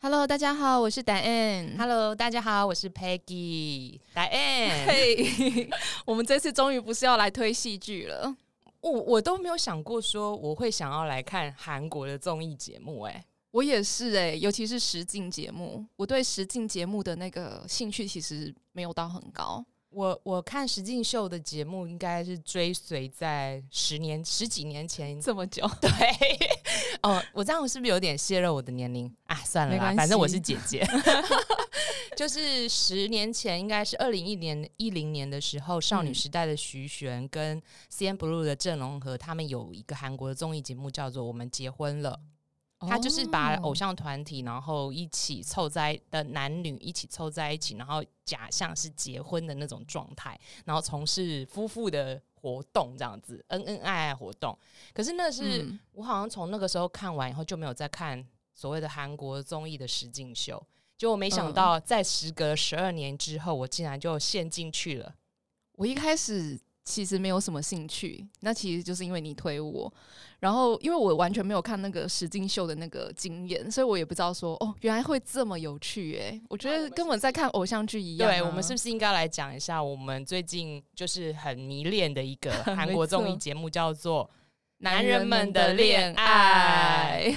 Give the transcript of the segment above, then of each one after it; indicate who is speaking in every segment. Speaker 1: Hello，大家好，我是 Diane。
Speaker 2: Hello，大家好，我是 Peggy Diane。
Speaker 1: 嘿， 我们这次终于不是要来推戏剧了。
Speaker 2: 我哦我都没有想过说我会想要来看韩国的综艺节目、哎，
Speaker 1: 我也是哎、尤其是实境节目，我对实境节目的那个兴趣其实没有到很高。
Speaker 2: 我我看实境秀的节目应该是追随在十年十几年前。
Speaker 1: 这么久，
Speaker 2: 对， 哦，我这样是不是有点泄露我的年龄啊？算了
Speaker 1: 没关
Speaker 2: 啦，
Speaker 1: 系
Speaker 2: 反正我是姐姐。 就是十年前，应该是二零一年一零年的时候，少女
Speaker 1: 嗯
Speaker 2: 时代的徐玄跟 CN Blue 的郑容和，他们有一个韩国的综艺节目叫做《我们结婚了》。他就是把
Speaker 1: 哦
Speaker 2: 偶像团体，然后一起凑在的男女一起凑在一起，然后假象是结婚的那种状态，然后从事夫妇的活动这样子，恩恩爱爱活动。可是那是、
Speaker 1: 嗯
Speaker 2: 我好像从那个时候看完以后就没有再看所谓的韩国综艺的实境秀，就我没想到在时隔十二年之后，我竟然就陷进去了。
Speaker 1: 我一开始其实没有什么兴趣，那其实就是因为你推我，然后因为我完全没有看那个实境秀的那个经验，所以我也不知道说哦，原来会这么有趣哎、我觉得跟我在看偶像剧一样啊、
Speaker 2: 对，我们是不是应该来讲一下我们最近就是很迷恋的一 个韩国综艺节目，叫做？男人们的恋爱，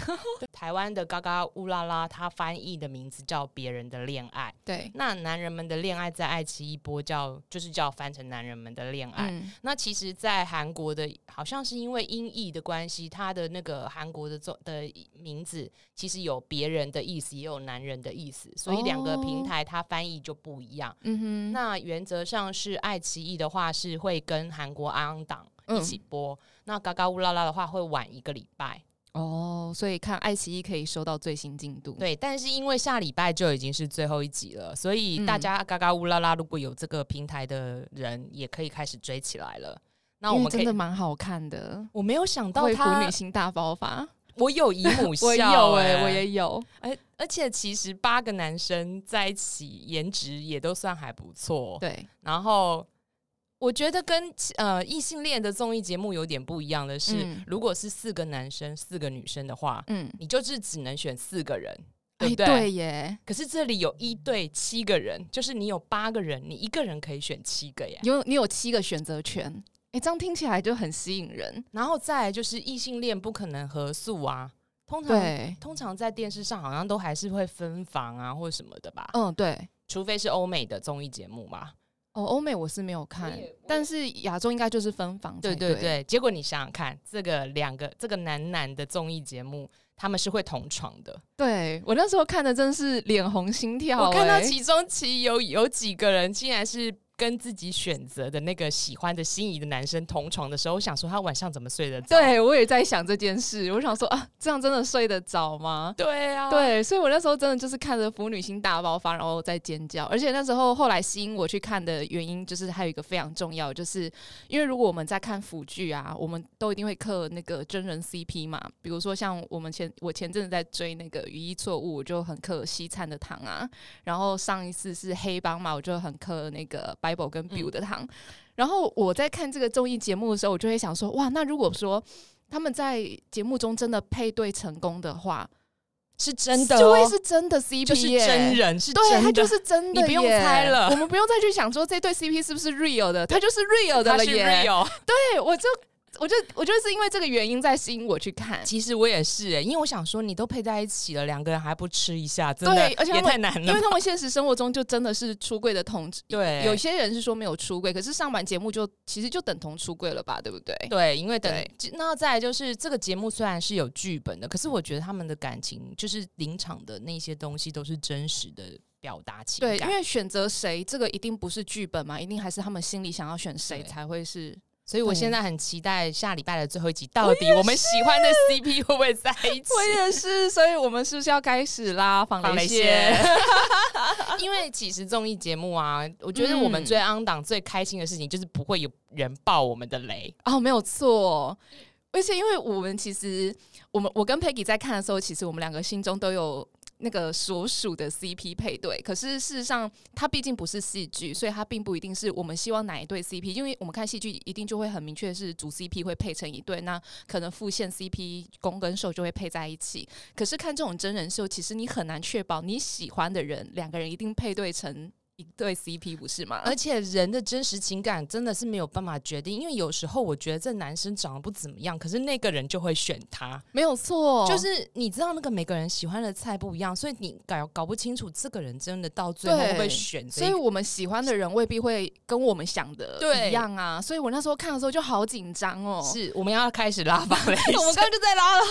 Speaker 2: 台湾的嘎嘎乌拉拉，它翻译的名字叫《别人的恋爱》。
Speaker 1: 对，
Speaker 2: 那男人们的恋爱在爱奇艺播叫，就是叫翻成男人们的恋爱。
Speaker 1: 嗯，
Speaker 2: 那其实，在韩国的，好像是因为音译的关系，它的那个韩国的中的名字，其实有别人的意思，也有男人的意思，所以两个
Speaker 1: 哦
Speaker 2: 平台它翻译就不一样。
Speaker 1: 嗯哼，
Speaker 2: 那原则上是爱奇艺的话是会跟韩国安档
Speaker 1: 嗯
Speaker 2: 一起播，那嘎嘎乌拉拉的话会晚一个礼拜，
Speaker 1: 哦，所以看爱奇艺可以收到最新进度。
Speaker 2: 对。但是因为下礼拜就已经是最后一集
Speaker 1: 嗯
Speaker 2: 了，所以大家嘎嘎乌拉拉如果有这个平台的人，也可以开始追起来了。那我
Speaker 1: 因
Speaker 2: 们
Speaker 1: 为
Speaker 2: 可
Speaker 1: 真
Speaker 2: 以
Speaker 1: 的，蛮好看的，
Speaker 2: 我没有想到
Speaker 1: 惠普
Speaker 2: 他
Speaker 1: 女，星大爆发，哦
Speaker 2: 我有姨母笑、
Speaker 1: 我有欸
Speaker 2: 哎、
Speaker 1: 我也有，
Speaker 2: 而而且其实八个男生在一起，颜值也都算还不错，
Speaker 1: 对，
Speaker 2: 然后我觉得跟呃异性恋的综艺节目有点不一样的是，
Speaker 1: 嗯
Speaker 2: 如果是四个男生四个女生的话，
Speaker 1: 嗯，
Speaker 2: 你就是只能选四个人，对
Speaker 1: 哎，
Speaker 2: 不对？
Speaker 1: 对耶，
Speaker 2: 可是这里有一对七个人，就是你有八个人，你一个人可以选七个耶。
Speaker 1: 有你有七个选择权，哎，这样听起来就很吸引人，
Speaker 2: 然后再来就是异性恋不可能合宿啊，通常
Speaker 1: 对，
Speaker 2: 通常在电视上好像都还是会分房啊或什么的吧，
Speaker 1: 嗯，对。
Speaker 2: 除非是欧美的综艺节目嘛。
Speaker 1: 哦，欧美我是没有看
Speaker 2: 我也，
Speaker 1: 但是亚洲应该就是分房才
Speaker 2: 对
Speaker 1: 对
Speaker 2: 对，对，结果你想想看，这个两个这个男男的综艺节目，他们是会同床的。
Speaker 1: 对我那时候看的真是脸红心跳、
Speaker 2: 我看到
Speaker 1: 哎
Speaker 2: 其中其有有几个人竟然是跟自己选择的那个喜欢的心仪的男生同床的时候，我想说他晚上怎么睡得着？
Speaker 1: 对我也在想这件事，我想说啊，这样真的睡得着吗？
Speaker 2: 对啊，
Speaker 1: 对，所以我那时候真的就是看着腐女星大爆发，然后在尖叫。而且那时候后来吸引我去看的原因，就是还有一个非常重要，就是因为如果我们在看腐剧啊，我们都一定会刻那个真人 CP 嘛。比如说像我们前我前阵子在追那个《语义错误》，我就很刻西餐的糖啊。然后上一次是黑帮嘛，我就很刻那个 Bible 跟 Bill 的糖。然后我在看这个综艺节目的时候，我就会想说，哇，那如果说他们在节目中真的配对成功的话，
Speaker 2: 是真的、哦，
Speaker 1: 就会是真的 CP，
Speaker 2: 就是
Speaker 1: 耶
Speaker 2: 真，人，是
Speaker 1: 对，
Speaker 2: 真
Speaker 1: 他
Speaker 2: 的，
Speaker 1: 就是真的
Speaker 2: 你
Speaker 1: 耶，
Speaker 2: 不用猜了
Speaker 1: 我们不用再去想说这对 CP 是不是 real 的，他就是 real 的
Speaker 2: 他
Speaker 1: 了
Speaker 2: 是
Speaker 1: 耶。
Speaker 2: real。
Speaker 1: 对，我就我就我就是因为这个原因在吸引我去看。
Speaker 2: 其实我也是、欸，因为我想说你都配在一起了，两个人还不吃一下，真的
Speaker 1: 对而且他
Speaker 2: 也
Speaker 1: 们
Speaker 2: 太难
Speaker 1: 因
Speaker 2: 了
Speaker 1: 为。他们现实生活中就真的是出柜的同志，
Speaker 2: 对，
Speaker 1: 有些人是说没有出柜，可是上版节目就其实就等同出柜了吧，对不对？
Speaker 2: 对，因为等
Speaker 1: 对
Speaker 2: 其那再来就是这个节目虽然是有剧本的，可是我觉得他们的感情就是临场的那些东西都是真实的表达情
Speaker 1: 对，因
Speaker 2: 感，
Speaker 1: 为选择谁这个一定不是剧本嘛，一定还是他们心里想要选谁
Speaker 2: 对
Speaker 1: 才会是。
Speaker 2: 所以我
Speaker 1: 对
Speaker 2: 现在很期待下礼拜的最后一集，到底我们喜欢的 CP 会不会在一起？
Speaker 1: 也是，所以我们是不是要开始啦？防
Speaker 2: 放
Speaker 1: 雷
Speaker 2: 雷
Speaker 1: 些
Speaker 2: 些。因为其实综艺节目啊，我觉得我们
Speaker 1: 嗯
Speaker 2: 最 on 档、最开心的事情就是不会有人爆我们的雷。
Speaker 1: 哦，没有错。而且因为我们其实，我们我跟 Peggy 在看的时候，其实我们两个心中都有那个所属的 CP 配对。可是事实上，它毕竟不是戏剧，所以它并不一定是我们希望哪一对 CP，因为我们看戏剧一定就会很明确是主 CP 会配成一对，那可能副线 CP 攻跟受就会配在一起。可是看这种真人秀，其实你很难确保你喜欢的人两个人一定配对成。一对 CP 不是吗？
Speaker 2: 而且人的真实情感真的是没有办法决定，因为有时候我觉得这男生长得不怎么样，可是那个人就会选他，
Speaker 1: 没有错，
Speaker 2: 就是你知道那个每个人喜欢的菜不一样，所以你搞搞不清楚这个人真的到最后会不会选这
Speaker 1: 所
Speaker 2: 一
Speaker 1: 以
Speaker 2: 个。
Speaker 1: 我们喜欢的人未必会跟我们想的
Speaker 2: 对
Speaker 1: 一样啊。所以我那时候看的时候就好紧张哦。
Speaker 2: 是我们要开始拉法雷
Speaker 1: 我们刚刚就在拉了，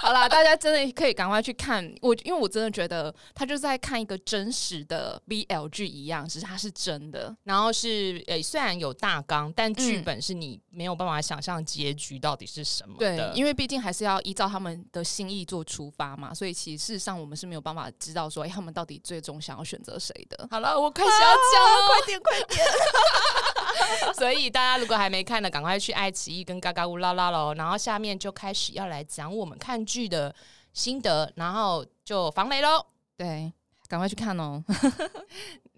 Speaker 1: 好啦，大家真的可以赶快去看我，因为我真的觉得他就是在看一个真实的 BL 剧一样，只是它是真的。
Speaker 2: 然后是呃，虽然有大纲，但剧
Speaker 1: 嗯
Speaker 2: 本是你没有办法想象结局到底是什么
Speaker 1: 对
Speaker 2: 的。，
Speaker 1: 因为毕竟还是要依照他们的心意做出发嘛，所以其实事实上我们是没有办法知道说，哎、他们到底最终想要选择谁的。啊
Speaker 2: 好了，我开始要讲了，快点，快点！所以大家如果还没看的，赶快去爱奇艺跟嘎嘎乌拉拉喽。然后下面就开始要来讲我们看剧的心得，然后就防雷喽。
Speaker 1: 对，赶快去看哦。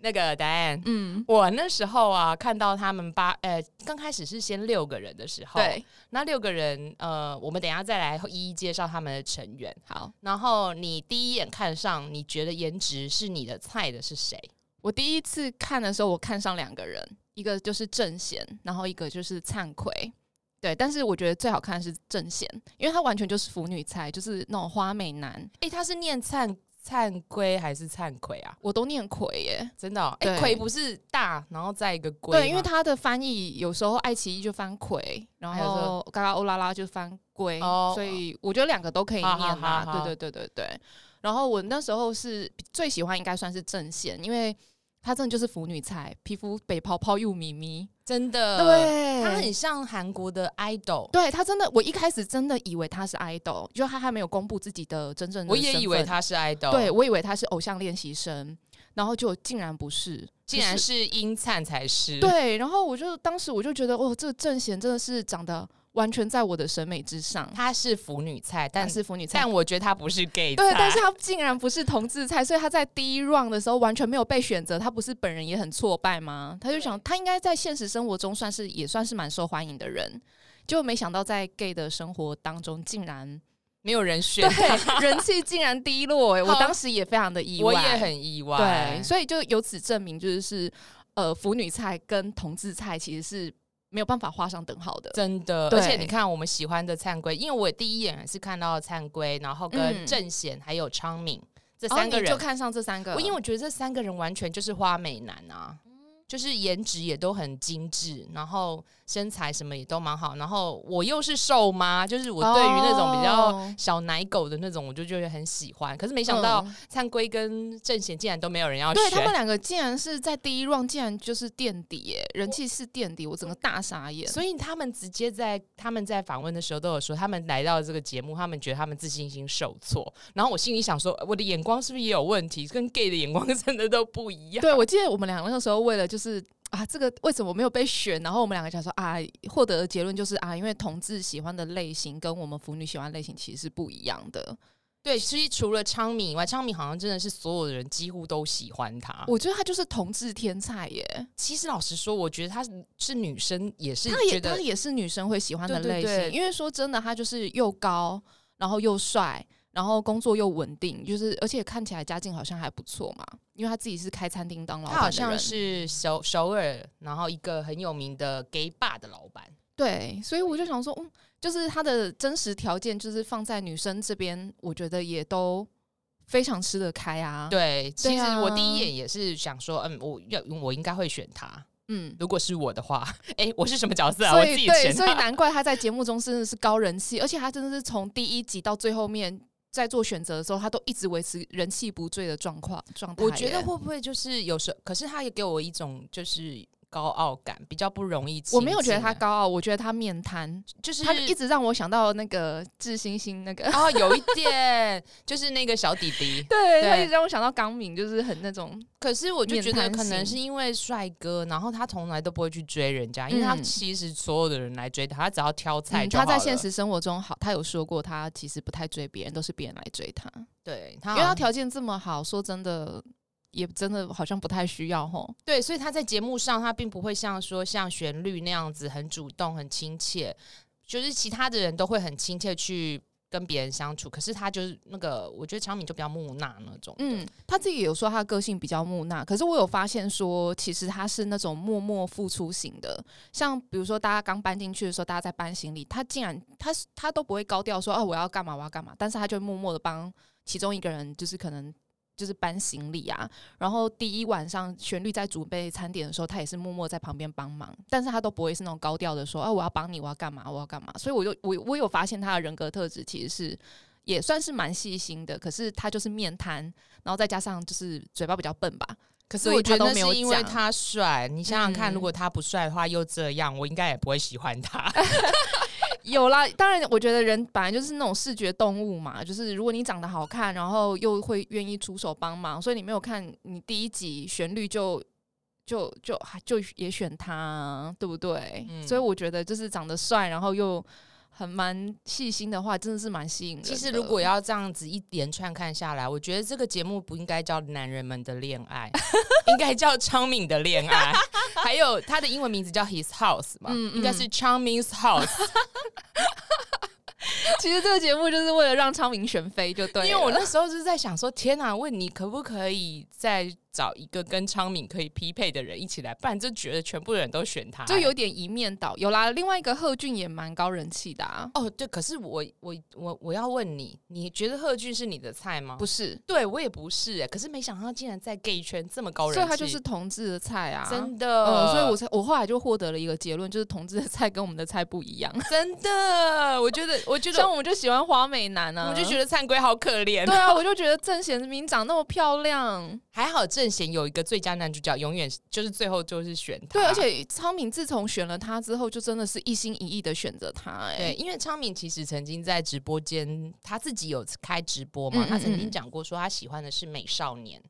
Speaker 2: 那个答案，
Speaker 1: 嗯，
Speaker 2: 我那时候啊，看到他们八呃，刚开始是先六个人的时候，，
Speaker 1: 对，
Speaker 2: 那六个人呃，我们等一下再来一一介绍他们的成员。
Speaker 1: 好。
Speaker 2: 然后你第一眼看上，你觉得颜值是你的菜的是谁？
Speaker 1: 我第一次看的时候，我看上两个人，一个就是郑贤，然后一个就是灿奎。对，但是我觉得最好看的是郑贤，因为他完全就是腐女菜，就是那种花美男，
Speaker 2: 诶，他是念灿灿龟还是灿奎啊？
Speaker 1: 我都念奎耶。
Speaker 2: 真的、哦，哎、
Speaker 1: 对
Speaker 2: 葵不是大，然后再一个龟吗，
Speaker 1: 对，因为他的翻译有时候爱奇艺就翻奎，然
Speaker 2: 还有这
Speaker 1: 后嘎嘎欧拉拉就翻龟，
Speaker 2: 哦
Speaker 1: 所以我觉得两个都可以念
Speaker 2: 好好
Speaker 1: 啊。
Speaker 2: 好好
Speaker 1: 对对对对对。然后我那时候是最喜欢应该算是郑贤，因为她真的就是腐女菜，皮肤北泡泡又咪咪，
Speaker 2: 真的，，
Speaker 1: 对，
Speaker 2: 他很像韩国的 idol，
Speaker 1: 对他真的，我一开始真的以为他是 idol，就他还没有公布自己的真正的
Speaker 2: 我也以为
Speaker 1: 身份，
Speaker 2: 他是哦 idol，
Speaker 1: 对，我以为他是偶像练习生，然后就竟然不是，
Speaker 2: 竟然
Speaker 1: 就是
Speaker 2: 英灿才是，，
Speaker 1: 对，然后我就当时我就觉得，哦，这个郑贤真的是长得完全在我的审美之上，
Speaker 2: 他是腐女菜，但
Speaker 1: 但是腐女菜。
Speaker 2: 但我觉得他不是 gay，
Speaker 1: 对，
Speaker 2: 菜
Speaker 1: 但是他竟然不是同志菜，所以他在第一 round 的时候完全没有被选择，他不是本人也很挫败吗？他就想，他应该在现实生活中算是也算是蛮受欢迎的人，结果没想到在 gay 的生活当中竟然
Speaker 2: 没有人选他，
Speaker 1: 对， 人气竟然低落、欸，我
Speaker 2: 好
Speaker 1: 当时也非常的意
Speaker 2: 我
Speaker 1: 外，
Speaker 2: 也很意外，
Speaker 1: 对，所以就由此证明，就是是呃，腐女菜跟同志菜其实是没有办法画上等号的。
Speaker 2: 真的，
Speaker 1: 对
Speaker 2: 而且你看，我们喜欢的灿龟，因为我第一眼是看到灿龟，然后跟
Speaker 1: 嗯
Speaker 2: 郑贤还有昌敏这
Speaker 1: 这
Speaker 2: 三个人，
Speaker 1: 哦就看上这三个，
Speaker 2: 我因为我觉得这三个人完全就是花美男啊，就是颜值也都很精致，然后身材什么也都蛮好，然后我又是瘦妈，就是我对于那种比较
Speaker 1: 哦
Speaker 2: 小奶狗的那种，我就觉得很喜欢。可是没想到
Speaker 1: 嗯
Speaker 2: 灿龟跟郑贤竟然都没有人要
Speaker 1: 对他们
Speaker 2: 选。
Speaker 1: 两个竟然是在第一 round 竟然就是垫底、耶，人气是垫底，我整个大傻眼。
Speaker 2: 所以他们直接在他们在访问的时候都有说，他们来到这个节目，他们觉得他们自信心受挫。然后我心里想说，我的眼光是不是也有问题？跟 gay 的眼光真的都不一样。
Speaker 1: 对，我记得我们两个那时候为了就是啊，这个为什么没有被选？然后我们两个想说啊，获得的结论就是啊，因为同志喜欢的类型跟我们腐女喜欢的类型其实是不一样的。
Speaker 2: 对，其实除了昌明以外，昌明好像真的是所有的人几乎都喜欢他。
Speaker 1: 我觉得他就是同志天才耶，
Speaker 2: 其实老实说，我觉得他是是女生也是
Speaker 1: 他
Speaker 2: 觉
Speaker 1: 也他
Speaker 2: 得
Speaker 1: 也是女生会喜欢
Speaker 2: 对
Speaker 1: 的
Speaker 2: 对
Speaker 1: 类
Speaker 2: 对
Speaker 1: 型，因为说真的，他就是又高，然后又帅，然后工作又稳定，就是而且看起来家境好像还不错嘛，因为他自己是开餐厅当老板
Speaker 2: 他
Speaker 1: 的人，
Speaker 2: 好像是首首尔，然后一个很有名的 gay bar 的老板。
Speaker 1: 对，所以我就想说，嗯，就是他的真实条件就是放在女生这边，我觉得也都非常吃得开啊。，
Speaker 2: 对，其
Speaker 1: 对
Speaker 2: 实
Speaker 1: 啊
Speaker 2: 我第一眼也是想说，嗯，我要我应该会选他。
Speaker 1: 嗯。
Speaker 2: 如果是我的话， 哎、我是什么角色啊？我
Speaker 1: 所
Speaker 2: 自己
Speaker 1: 以对，
Speaker 2: 选
Speaker 1: 所以
Speaker 2: 他。
Speaker 1: 难怪他在节目中真的是高人气，而且他真的是从第一集到最后面，在做选择的时候，他都一直维持人气不坠的状况状态耶。
Speaker 2: 我觉得会不会就是有时候，可是他也给我一种就是高傲感，比较不容易亲近啊。
Speaker 1: 我没有觉得他高傲，我觉得他面瘫，
Speaker 2: 就是
Speaker 1: 他一直让我想到那个智星星那个，
Speaker 2: 哦，有一点就是那个小弟弟。 对
Speaker 1: 对他一直让我想到刚敏，就是很那种，
Speaker 2: 可是我就觉得
Speaker 1: 面
Speaker 2: 可
Speaker 1: 瘫
Speaker 2: 能
Speaker 1: 型
Speaker 2: 是因为帅哥，然后他从来都不会去追人家，因为他
Speaker 1: 嗯
Speaker 2: 其实所有的人来追他，他只要挑菜
Speaker 1: 嗯
Speaker 2: 就好
Speaker 1: 他
Speaker 2: 了、
Speaker 1: 在现实生活中好，他有说过他其实不太追别人，都是别人来追他，
Speaker 2: 对他
Speaker 1: 因
Speaker 2: 好
Speaker 1: 为
Speaker 2: 像，
Speaker 1: 他条件这么好，说真的。也真的好像不太需要吼，
Speaker 2: 对，所以他在节目上他并不会像说像旋律那样子很主动、很亲切，就是其他的人都会很亲切去跟别人相处，可是他就是那个，我觉得昌敏就比较木讷那种。嗯
Speaker 1: 嗯，，他自己有说他个性比较木讷，可是我有发现说，其实他是那种默默付出型的。像比如说，大家刚搬进去的时候，大家在搬行李，他竟然他是他都不会高调说啊我要干嘛我要干嘛，但是他就默默的帮其中一个人，就是可能就是搬行李啊。然后第一晚上旋律在准备餐点的时候，他也是默默在旁边帮忙，但是他都不会是那种高调的说啊我要帮你我要干嘛我要干嘛。所以我就我我有发现他的人格特质其实是。也算是蛮细心的，可是他就是面瘫，然后再加上就是嘴巴比较笨吧，
Speaker 2: 可是
Speaker 1: 所以
Speaker 2: 我觉
Speaker 1: 他
Speaker 2: 得
Speaker 1: 都没有
Speaker 2: 是因为
Speaker 1: 讲
Speaker 2: 他帅，你想想看，
Speaker 1: 嗯
Speaker 2: 如果他不帅的话又这样，我应该也不会喜欢他。
Speaker 1: 有啦，当然，我觉得人本来就是那种视觉动物嘛，就是如果你长得好看，然后又会愿意出手帮忙，所以你没有看你第一集旋律就就就就也选他啊，对不对？
Speaker 2: 嗯
Speaker 1: 所以我觉得就是长得帅，然后又很蛮细心的话，真的是蛮吸引人的。
Speaker 2: 其实如果要这样子一连串看下来，我觉得这个节目不应该叫《男人们的恋爱》， 应该叫昌敏的恋爱。还有他的英文名字叫 His House 嘛，
Speaker 1: 嗯嗯
Speaker 2: 应该是 Charming's House。
Speaker 1: 其实这个节目就是为了让昌明选妃，就对了，
Speaker 2: 因为我那时候就是在想说，天哪、问你可不可以再找一个跟昌敏可以匹配的人一起来，不然就觉得全部人都选他、
Speaker 1: 就有点一面倒。有啦，另外一个贺俊也蛮高人气的啊，
Speaker 2: 哦，对，可是我我我我要问你，你觉得贺俊是你的菜吗？
Speaker 1: 不是，
Speaker 2: 对我也不是、欸，可是没想到竟然在 gay 圈这么高人气，
Speaker 1: 所以他就是同志的菜啊，
Speaker 2: 真
Speaker 1: 嗯，
Speaker 2: 的，
Speaker 1: 所以我才我后来就获得了一个结论，就是同志的菜跟我们的菜不一样。
Speaker 2: 真的，呃我觉得，我觉得
Speaker 1: 像，我们就喜欢花美男
Speaker 2: 我
Speaker 1: 啊，
Speaker 2: 们就觉得灿龟好可怜。
Speaker 1: 对啊，我就觉得郑贤明长那么漂亮，
Speaker 2: 还好郑贤有一个最佳男主角，永远是就是最后就是选他。
Speaker 1: 对，而且昌明自从选了他之后，就真的是一心一意的选择他、哎，
Speaker 2: 对，，因为昌敏其实曾经在直播间，他自己有开直播嘛，
Speaker 1: 嗯嗯
Speaker 2: 他曾经讲过说他喜欢的是美少年，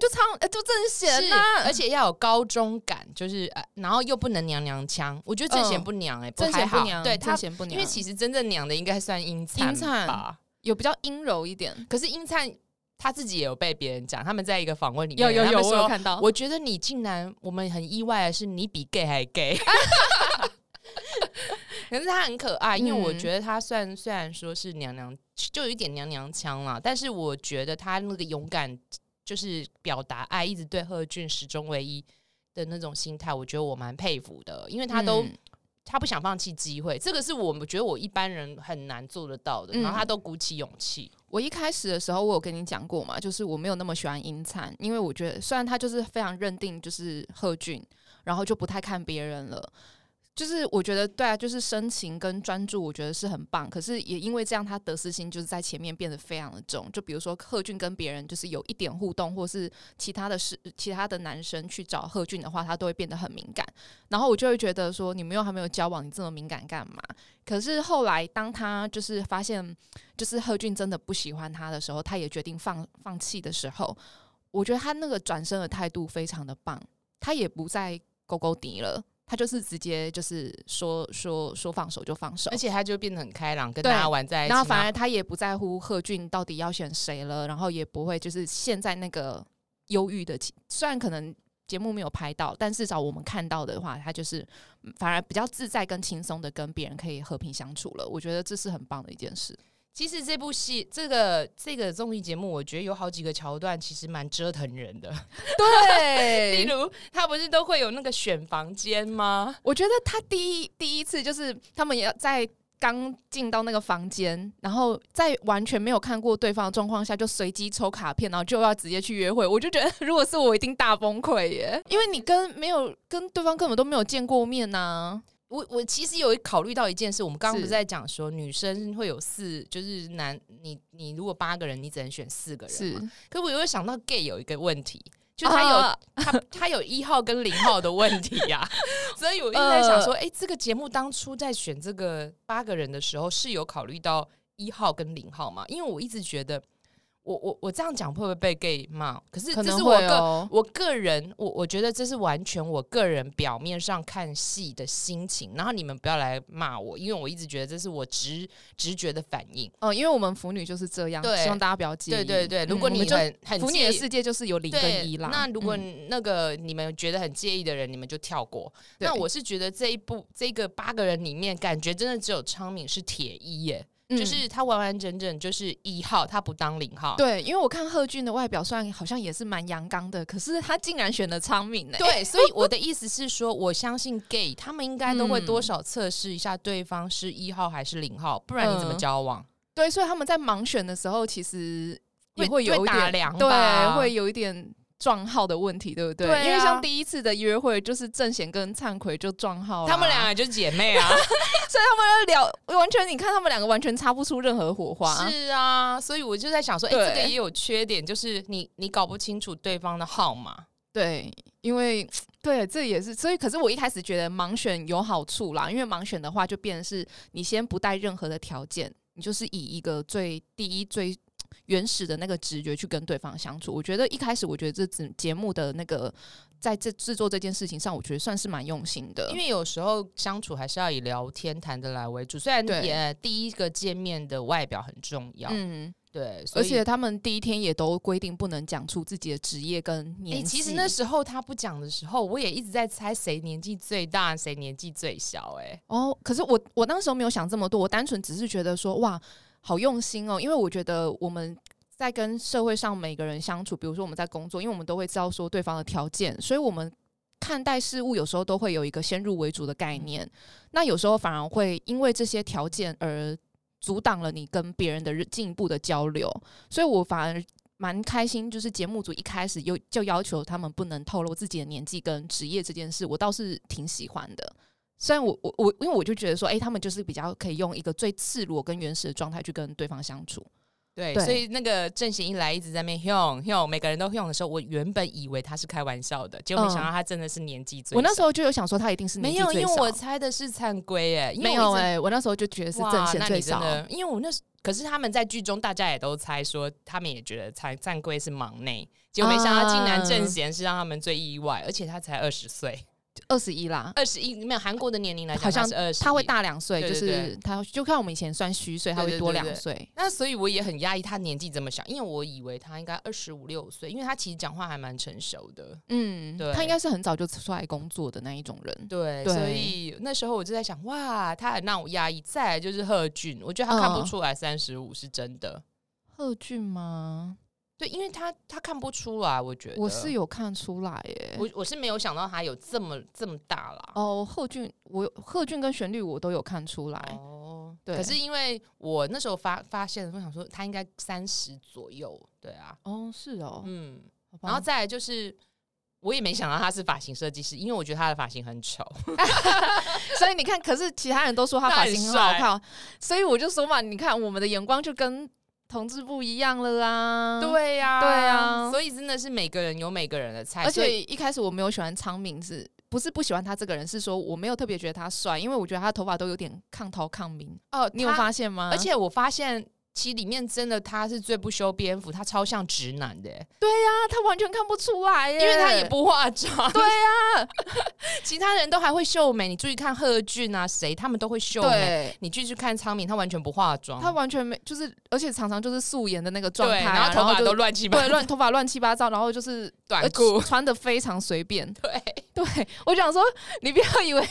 Speaker 1: 就昌呃就郑贤啊
Speaker 2: 是
Speaker 1: 呐、
Speaker 2: 而且要有高中感，就是呃，然后又不能娘娘腔。我觉得郑贤
Speaker 1: 嗯
Speaker 2: 不娘哎、欸，
Speaker 1: 郑
Speaker 2: 还
Speaker 1: 贤
Speaker 2: 好
Speaker 1: 不娘，
Speaker 2: 对
Speaker 1: 郑
Speaker 2: 他。
Speaker 1: 贤不娘，
Speaker 2: 因为其实真正娘的应该算英灿
Speaker 1: 英灿
Speaker 2: 吧，
Speaker 1: 有比较阴柔一点，
Speaker 2: 可是英灿他自己也有被别人讲，他们在一个访问里面，
Speaker 1: 有有
Speaker 2: 他
Speaker 1: 有，
Speaker 2: 们
Speaker 1: 我
Speaker 2: 说
Speaker 1: 有看到，
Speaker 2: 我觉得你竟然，我们很意外的是，你比 gay 还 gay。可是他很可爱，因为我
Speaker 1: 嗯
Speaker 2: 觉得他虽然虽然说是娘娘，就有一点娘娘腔啦，但是我觉得他那个勇敢，就是表达爱，一直对贺俊始终唯一的那种心态，我觉得我蛮佩服的，因为他都、
Speaker 1: 嗯
Speaker 2: 他不想放弃机会，这个是我们觉得我一般人很难做得到的，
Speaker 1: 嗯
Speaker 2: 然后他都鼓起勇气，
Speaker 1: 我一开始的时候，我有跟你讲过嘛，就是我没有那么喜欢英灿，因为我觉得虽然他就是非常认定就是贺俊，然后就不太看别人了。就是我觉得对啊，就是深情跟专注，我觉得是很棒。可是也因为这样，他得失心就是在前面变得非常的重。就比如说贺俊跟别人就是有一点互动，或是其他的事，其他的男生去找贺俊的话，他都会变得很敏感。然后我就会觉得说，你们又还没有交往，你这么敏感干嘛？可是后来当他就是发现就是贺俊真的不喜欢他的时候，他也决定放放弃的时候，我觉得他那个转身的态度非常的棒，他也不再勾勾敌了，他就是直接就是说说说放手就放手
Speaker 2: 而，且他就变得很开朗，跟
Speaker 1: 哦对
Speaker 2: 大家玩在一起，
Speaker 1: 然后反而他也不在乎贺俊到底要选谁了，然后也不会就是陷在那个忧郁的情，虽然可能。节目没有拍到，但至少我们看到的话，他就是嗯反而比较自在跟轻松的跟别人可以和平相处了。我觉得这是很棒的一件事。
Speaker 2: 其实这部戏，这个这个综艺节目，我觉得有好几个桥段，其实蛮折腾人的。
Speaker 1: 对
Speaker 2: 例如，他不是都会有那个选房间吗？
Speaker 1: 我觉得他第一第一次就是他们也在刚进到那个房间，然后在完全没有看过对方的状况下，就随机抽卡片，然后就要直接去约会。我就觉得，如果是我，一定大崩溃 耶！因为你跟没有跟对方根本都没有见过面呐、
Speaker 2: 我我其实有考虑到一件事，我们刚刚
Speaker 1: 是
Speaker 2: 不是在讲说女生会有四，就是男你你如果八个人，你只能选四个人嘛。
Speaker 1: 是
Speaker 2: 可我又想到 gay 有一个问题，就他有、
Speaker 1: 啊
Speaker 2: 他他有一号跟零号的问题呀、 所以我一直在想说，哎、这个节目当初在选这个八个人的时候，是有考虑到一号跟零号吗？因为我一直觉得，我我我这样讲会不会被 gay 骂？可是
Speaker 1: 可
Speaker 2: 这
Speaker 1: 能
Speaker 2: 是我
Speaker 1: 会
Speaker 2: 个、
Speaker 1: 哦。
Speaker 2: 我个人，我我觉得这是完全我个人表面上看戏的心情，然后你们不要来骂我，因为我一直觉得这是我直直觉的反应。
Speaker 1: 哦，因为我们腐女就是这样，
Speaker 2: 对
Speaker 1: 希望大家不要介意。
Speaker 2: 对对对，
Speaker 1: 嗯
Speaker 2: 如果
Speaker 1: 我
Speaker 2: 你
Speaker 1: 们就
Speaker 2: 很、很
Speaker 1: 腐女
Speaker 2: 介
Speaker 1: 的
Speaker 2: 意
Speaker 1: 世界就是有零
Speaker 2: 对
Speaker 1: 跟一啦。
Speaker 2: 那如果
Speaker 1: 嗯
Speaker 2: 那个你们觉得很介意的人，你们就跳过。
Speaker 1: 对
Speaker 2: 那我是觉得这一部这个八个人里面，感觉真的只有昌敏是铁一耶，
Speaker 1: 嗯
Speaker 2: 就是他完完整整就是一号，他不当零号。
Speaker 1: 对，因为我看贺俊的外表虽然好像也是蛮阳刚的，可是他竟然选了欸昌敏呢、
Speaker 2: 对，所以我的意思是说，我相信 gay 他们应该都会
Speaker 1: 嗯
Speaker 2: 多少测试一下对方是一号还是零号，不然你怎么
Speaker 1: 嗯
Speaker 2: 交往？
Speaker 1: 对，所以他们在盲选的时候，其实也
Speaker 2: 会
Speaker 1: 会有
Speaker 2: 会
Speaker 1: 一
Speaker 2: 打
Speaker 1: 点
Speaker 2: 量吧
Speaker 1: 对，会有一点撞号的问题，对不对？
Speaker 2: 对啊
Speaker 1: 因为像第一次的约会，就是郑贤跟灿奎就撞号啦，
Speaker 2: 他们两个就是姐妹 啊，
Speaker 1: 聊完全，你看他们两个完全擦不出任何火花。
Speaker 2: 是啊，所以我就在想说，哎、这个
Speaker 1: 对
Speaker 2: 也有缺点，就是你你搞不清楚对方的号码。
Speaker 1: 对，因为对，这也是所以，可是我一开始觉得盲选有好处啦，因为盲选的话就变成是你先不带任何的条件，你就是以一个最第一最。原始的那个直觉去跟对方相处，我觉得一开始我觉得这节节目的那个在这制作这件事情上，我觉得算是蛮用心的，
Speaker 2: 因为有时候相处还是要以聊天谈得来为主，虽然
Speaker 1: 对
Speaker 2: 也第一个见面的外表很重要，
Speaker 1: 嗯，
Speaker 2: 对，所
Speaker 1: 而
Speaker 2: 以
Speaker 1: 且他们第一天也都规定不能讲出自己的职业跟
Speaker 2: 哎、
Speaker 1: 年纪、
Speaker 2: 其实那时候他不讲的时候，我也一直在猜谁年纪最大，谁年纪最小、哎，
Speaker 1: 哦，可是我我当时候没有想这么多，我单纯只是觉得说哇，好用心哦，因为我觉得我们。在跟社会上每个人相处，比如说我们在工作，因为我们都会知道说对方的条件，所以我们看待事物有时候都会有一个先入为主的概念。那有时候反而会因为这些条件而阻挡了你跟别人的日进一步的交流，所以我反而蛮开心，就是节目组一开始有就要求他们不能透露自己的年纪跟职业这件事，我倒是挺喜欢的。虽然我我我，因为我就觉得说，哎、他们就是比较可以用一个最赤裸跟原始的状态去跟对方相处。
Speaker 2: 对，
Speaker 1: 对
Speaker 2: 所以那个郑贤一来一直在那边用用，每个人都用的时候，我原本以为他是开玩笑的，结果没想到他真的是年纪最小。
Speaker 1: 我那时候就有想说，他一定是年
Speaker 2: 没
Speaker 1: 纪
Speaker 2: 有，
Speaker 1: 最
Speaker 2: 因为我
Speaker 1: 少
Speaker 2: 猜的是灿龟，哎，因为
Speaker 1: 没
Speaker 2: 我
Speaker 1: 有
Speaker 2: 一直
Speaker 1: 哎、我那时候就觉得是
Speaker 2: 哇
Speaker 1: 正贤
Speaker 2: 那
Speaker 1: 最
Speaker 2: 你真
Speaker 1: 少。啊
Speaker 2: 的，因为我那时可是他们在剧中大家也都猜说，他们也觉得蔡赞贵是忙内，结果没想到竟然
Speaker 1: 啊
Speaker 2: 郑贤是让他们最意外，而且他才二十岁，
Speaker 1: 二十一啦，
Speaker 2: 二十一没有韩国的年龄来讲，
Speaker 1: 好像
Speaker 2: 他是二十，
Speaker 1: 他会。大两岁，
Speaker 2: 对
Speaker 1: 就
Speaker 2: 对
Speaker 1: 是他就看我们以前算虚岁，他
Speaker 2: 对
Speaker 1: 会
Speaker 2: 对
Speaker 1: 多
Speaker 2: 对
Speaker 1: 两
Speaker 2: 对
Speaker 1: 岁。
Speaker 2: 那所以我也很压抑，他年纪这么小，因为我以为他应该二十五六岁，因为他其实讲话还蛮成熟的。
Speaker 1: 嗯，
Speaker 2: 对
Speaker 1: 他应该是很早就出来工作的那一种人。
Speaker 2: 对，
Speaker 1: 对
Speaker 2: 所以那时候我就在想，哇，他很让我压抑。再来就是贺俊，我觉得他看不
Speaker 1: 嗯
Speaker 2: 出来三十五是真的，
Speaker 1: 贺俊吗？
Speaker 2: 对，因为他他看不出来，我觉得
Speaker 1: 我是有看出来耶。
Speaker 2: 我我是没有想到他有这么这么大啦。
Speaker 1: 哦，贺俊，我贺俊跟旋律我都有看出来。
Speaker 2: 哦，
Speaker 1: 对
Speaker 2: 可是因为我那时候发发现，我想说他应该三十左右，对啊，
Speaker 1: 哦，是哦，
Speaker 2: 嗯，
Speaker 1: 好吧
Speaker 2: 然后再来就是。我也没想到他是发型设计师，因为我觉得他的发型很丑。
Speaker 1: 所以你看，可是其他人都说他发型很好看，哦所以我就说嘛，你看我们的眼光就跟同志不一样了啊。，
Speaker 2: 对呀、
Speaker 1: 对啊
Speaker 2: 所以真的是每个人有每个人的菜，
Speaker 1: 而
Speaker 2: 所以
Speaker 1: 哎且一开始我没有喜欢昌明是。不是不喜欢他这个人，是说我没有特别觉得他帅，因为我觉得他头发都有点抗头抗明。
Speaker 2: 哦，
Speaker 1: 你有
Speaker 2: 他
Speaker 1: 发嗯现吗？
Speaker 2: 而且我发现，其实里面真的他是最不修边幅，他超像直男的，欸
Speaker 1: 他他完全看不出来耶，
Speaker 2: 因为他也不化妆。对啊， 其他人都还会秀美，你注意看贺俊啊，谁他们都会秀美。
Speaker 1: 对，
Speaker 2: 你继续看昌明，他完全不化妆，
Speaker 1: 他完全没就是，而且常常就是素颜的那个状态
Speaker 2: 对，
Speaker 1: 啊、
Speaker 2: 然后头发
Speaker 1: 就
Speaker 2: 都乱七八
Speaker 1: 对
Speaker 2: 糟，
Speaker 1: 乱头发乱七八糟，然后就是
Speaker 2: 短裤
Speaker 1: 呃。穿的非常随便。
Speaker 2: 对，
Speaker 1: 对我想说，你不要以为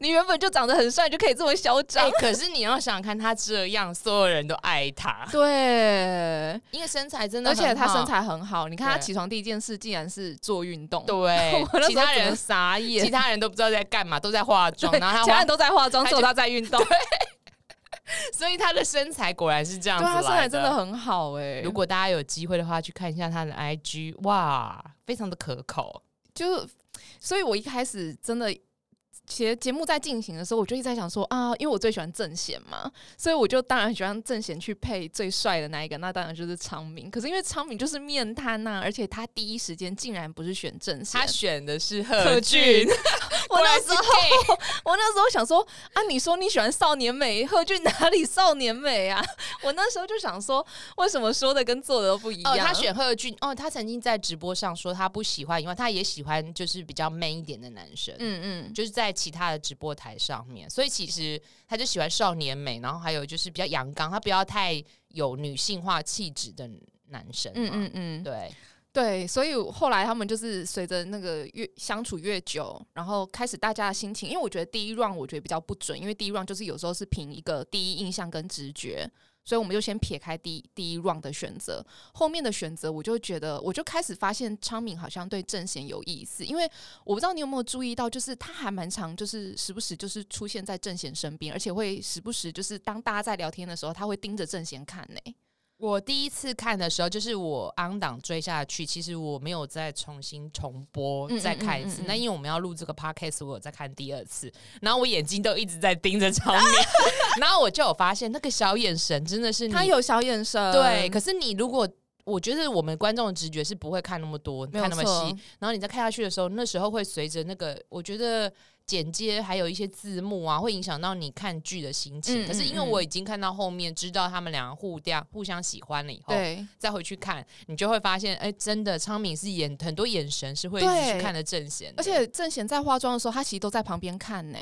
Speaker 1: 你原本就长得很帅就可以这么嚣 张。
Speaker 2: 哎，可是你要想想看，他这样，所有人都爱他，
Speaker 1: 对，
Speaker 2: 因为身材真的
Speaker 1: 而
Speaker 2: 很好，
Speaker 1: 且他身材哎很好，你看他
Speaker 2: 对
Speaker 1: 起床第一件事竟然是做运动， 我
Speaker 2: 对，
Speaker 1: 那时候
Speaker 2: 其他
Speaker 1: 整
Speaker 2: 人
Speaker 1: 个
Speaker 2: 傻眼，其他人都不知道在干嘛，都在化妆，
Speaker 1: 对
Speaker 2: 然后他
Speaker 1: 其他
Speaker 2: 化
Speaker 1: 人都在化妆，
Speaker 2: 他
Speaker 1: 只
Speaker 2: 就
Speaker 1: 有他在运动。
Speaker 2: 所以他的身材果然是这样
Speaker 1: 对，
Speaker 2: 子来
Speaker 1: 他身材真的很好哎、
Speaker 2: 如果大家有机会的话，去看一下他的 IG，哇，非常的可口。
Speaker 1: 就所以，我一开始真的其实节目在进行的时候，我就一直在想说啊，因为我最喜欢郑贤嘛，所以我就当然喜欢郑贤去配最帅的那一个，那当然就是昌明。可是因为昌明就是面瘫呐、而且他第一时间竟然不是选郑贤
Speaker 2: 他，选的是
Speaker 1: 贺
Speaker 2: 贺
Speaker 1: 俊
Speaker 2: 俊，
Speaker 1: 我那
Speaker 2: 果然
Speaker 1: 时候
Speaker 2: 是 gay
Speaker 1: 我那时候想说啊，你说你喜欢少年美，贺俊哪里少年美啊？我那时候就想说，为什么说的跟做的都不一样？
Speaker 2: 哦，他选贺俊哦，他曾经在直播上说他不喜欢以外，他也喜欢就是比较 man 一点的男生，
Speaker 1: 嗯嗯，
Speaker 2: 就是在其他的直播台上面，所以其实他就喜欢少年美，然后还有就是比较阳刚，他不要太有女性化气质的男生
Speaker 1: 嗯
Speaker 2: 嘛，
Speaker 1: 嗯嗯，
Speaker 2: 对，
Speaker 1: 对，所以后来他们就是随着那个越相处越久，然后开始大家的心情，因为我觉得第一 round 我觉得比较不准，因为第一 round 就是有时候是凭一个第一印象跟直觉，所以我们就先撇开第一第一 round 的选择，后面的选择我就觉得我就开始发现昌明好像对郑贤有意思，因为我不知道你有没有注意到，就是他还蛮常就是时不时就是出现在郑贤身边，而且会时不时就是当大家在聊天的时候，他会盯着郑贤看呢、
Speaker 2: 我第一次看的时候，就是我 on 档追下去，其实我没有再重新重播
Speaker 1: 嗯嗯
Speaker 2: 再看一次
Speaker 1: 嗯嗯。嗯
Speaker 2: 那、因为我们要录这个 podcast，我有再看第二次，然后我眼睛都一直在盯着 场面，然后我就有发现那个小眼神真的是你
Speaker 1: 他有嗯小眼神，
Speaker 2: 对，可是你如果我觉得我们观众的直觉是不会看那么多，
Speaker 1: 没有
Speaker 2: 看那么
Speaker 1: 错
Speaker 2: 细，，然后你再看下去的时候，那时候会随着那个，我觉得剪接还有一些字幕啊，会影响到你看剧的心情。
Speaker 1: 嗯
Speaker 2: 可是因为
Speaker 1: 嗯嗯
Speaker 2: 我已经看到后面，知道他们两个互掉互相喜欢了以后，
Speaker 1: 对。
Speaker 2: 再回去看，你就会发现，哎、真的昌明是眼很多眼神是会一
Speaker 1: 对
Speaker 2: 直去看的正贤的，
Speaker 1: 而且郑贤在化妆的时候，他其实都在旁边看呢、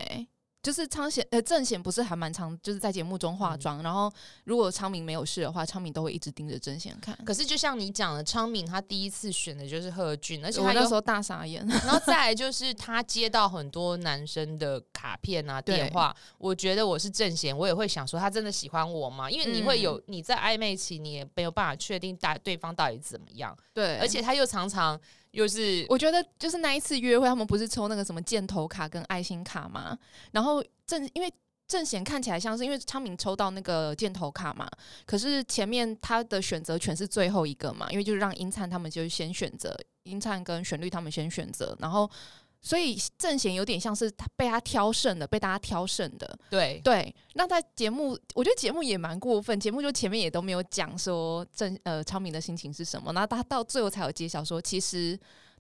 Speaker 1: 就是昌贤呃郑贤不是还蛮常就是在节目中化妆，然后如果昌明没有事的话，昌明都会一直盯着郑贤看。
Speaker 2: 可是就像你讲的，昌明他第一次选的就是贺俊，而且
Speaker 1: 我
Speaker 2: 他有
Speaker 1: 那时候大傻眼，
Speaker 2: 然后再来就是他接到很多男生的卡片啊
Speaker 1: 对
Speaker 2: 电话，我觉得我是正贤，我也会想说他真的喜欢我吗？因为你会有、
Speaker 1: 嗯
Speaker 2: 你在暧昧期，你也没有办法确定大对方到底怎么样，
Speaker 1: 对，
Speaker 2: 而且他又常常又是
Speaker 1: 我觉得就是那一次约会，他们不是抽那个什么箭头卡跟爱心卡吗？然后郑因为郑贤看起来像是因为昌明抽到那个箭头卡嘛，可是前面他的选择权是最后一个嘛，因为就是让英灿他们就是先选择，英灿跟旋律他们先选择，然后。所以郑贤有点像是他被他挑剩的，被大家挑剩的，
Speaker 2: 对
Speaker 1: 对，那在节目，我觉得节目也蛮过分，节目就前面也都没有讲说郑呃昌明的心情是什么，然后他到最后才有揭晓说，其实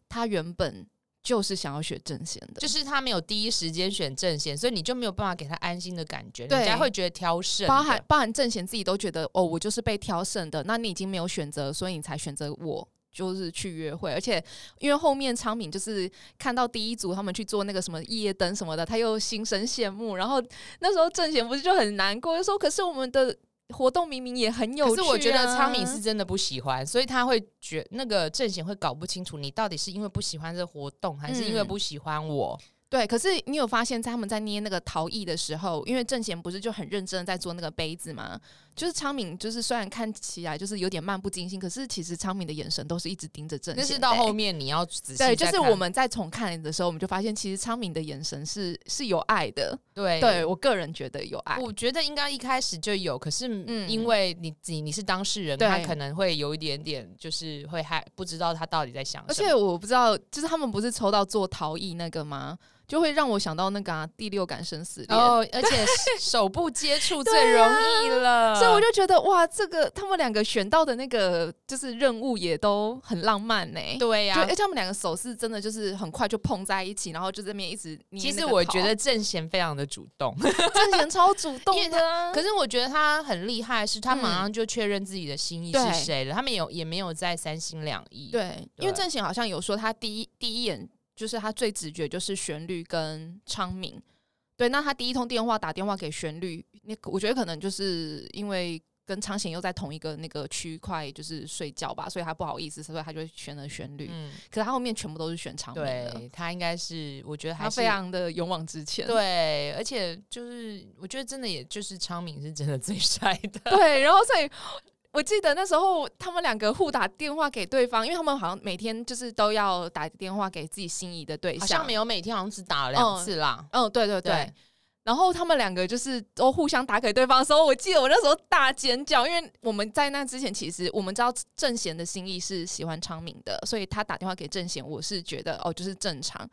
Speaker 1: 他原本就是想要学郑贤的，
Speaker 2: 就是他没有第一时间选正贤，所以你就没有办法给他安心的感觉，
Speaker 1: 对
Speaker 2: 人家会觉得挑剩的，
Speaker 1: 包含包含郑贤自己都觉得哦，我就是被挑剩的，那你已经没有选择，所以你才选择我。就是去约会，而且因为后面昌明就是看到第一组他们去做那个什么夜灯什么的，他又心生羡慕。然后那时候郑贤不是就很难过，就说：“可是我们的活动明明也很有趣、啊。”
Speaker 2: 可是我觉得昌明是真的不喜欢，所以他会觉那个正贤会搞不清楚你到底是因为不喜欢这个活动，还是因为
Speaker 1: 嗯
Speaker 2: 不喜欢我。
Speaker 1: 对，可是你有发现，在他们在捏那个陶艺的时候，因为郑贤不是就很认真的在做那个杯子吗？就是昌明，就是虽然看起来就是有点漫不经心，可是其实昌明的眼神都是一直盯着郑贤、欸
Speaker 2: 那是到后。面你要仔细再
Speaker 1: 对，
Speaker 2: 看。
Speaker 1: 就是我们在重看的时候，我们就发现其实昌明的眼神是是有爱的。
Speaker 2: 对
Speaker 1: 对我个人觉得有爱，
Speaker 2: 我觉得应该一开始就有，可是
Speaker 1: 嗯
Speaker 2: 因为你你你是当事人，
Speaker 1: 对
Speaker 2: 他可能会有一点点，就是会害不知道他到底在想
Speaker 1: 而
Speaker 2: 什么。
Speaker 1: 且我不知道，就是他们不是抽到做陶艺那个吗？就会让我想到那个、啊、第六感生死恋。
Speaker 2: 哦，而且手部 接触最
Speaker 1: 对
Speaker 2: 容
Speaker 1: 啊
Speaker 2: 易了，
Speaker 1: 所以我就觉得哇，这个他们两个选到的那个就是任务也都很浪漫呢、
Speaker 2: 对啊
Speaker 1: 就
Speaker 2: 呀、
Speaker 1: 而且他们两个手是真的就是很快就碰在一起，然后就这边一直捏那
Speaker 2: 其
Speaker 1: 个
Speaker 2: 实
Speaker 1: 桃
Speaker 2: 我觉得郑贤非常的主 动，
Speaker 1: 郑贤超主动的啊、
Speaker 2: 可是我觉得他很厉害，是他马上就确认自己的心意
Speaker 1: 对
Speaker 2: 是谁了。他们有也没有在三心两意。，
Speaker 1: 对，因
Speaker 2: 对
Speaker 1: 为郑贤好像有说他第一第一眼就是他最直觉就是旋律跟昌明。对，那他第一通电话打电话给旋律，那个我觉得可能就是因为跟昌贤又在同一个那个区块，就是睡觉吧，所以他不好意思，所以他就选了旋律。
Speaker 2: 嗯，
Speaker 1: 可是他后面全部都是选昌明的，
Speaker 2: 对他应该是，我觉得还
Speaker 1: 他
Speaker 2: 是
Speaker 1: 非常的勇往直前。
Speaker 2: 对，而且就是我觉得真的也就是昌明是真的最 帅的，
Speaker 1: 对，然后所以我记得那时候他们两个互打电话给对方，因为他们好像每天就是都要打电话给自己心仪的对
Speaker 2: 好
Speaker 1: 象，
Speaker 2: 像没有每天好像只打了两
Speaker 1: 嗯
Speaker 2: 次啦。
Speaker 1: 嗯，对对对。
Speaker 2: 对
Speaker 1: 然后他们两个就是都互相打给对方的时候，我记得我那时候大尖叫，因为我们在那之前其实我们知道郑贤的心意是喜欢昌明的，所以他打电话给郑贤，我是觉得哦就是正常。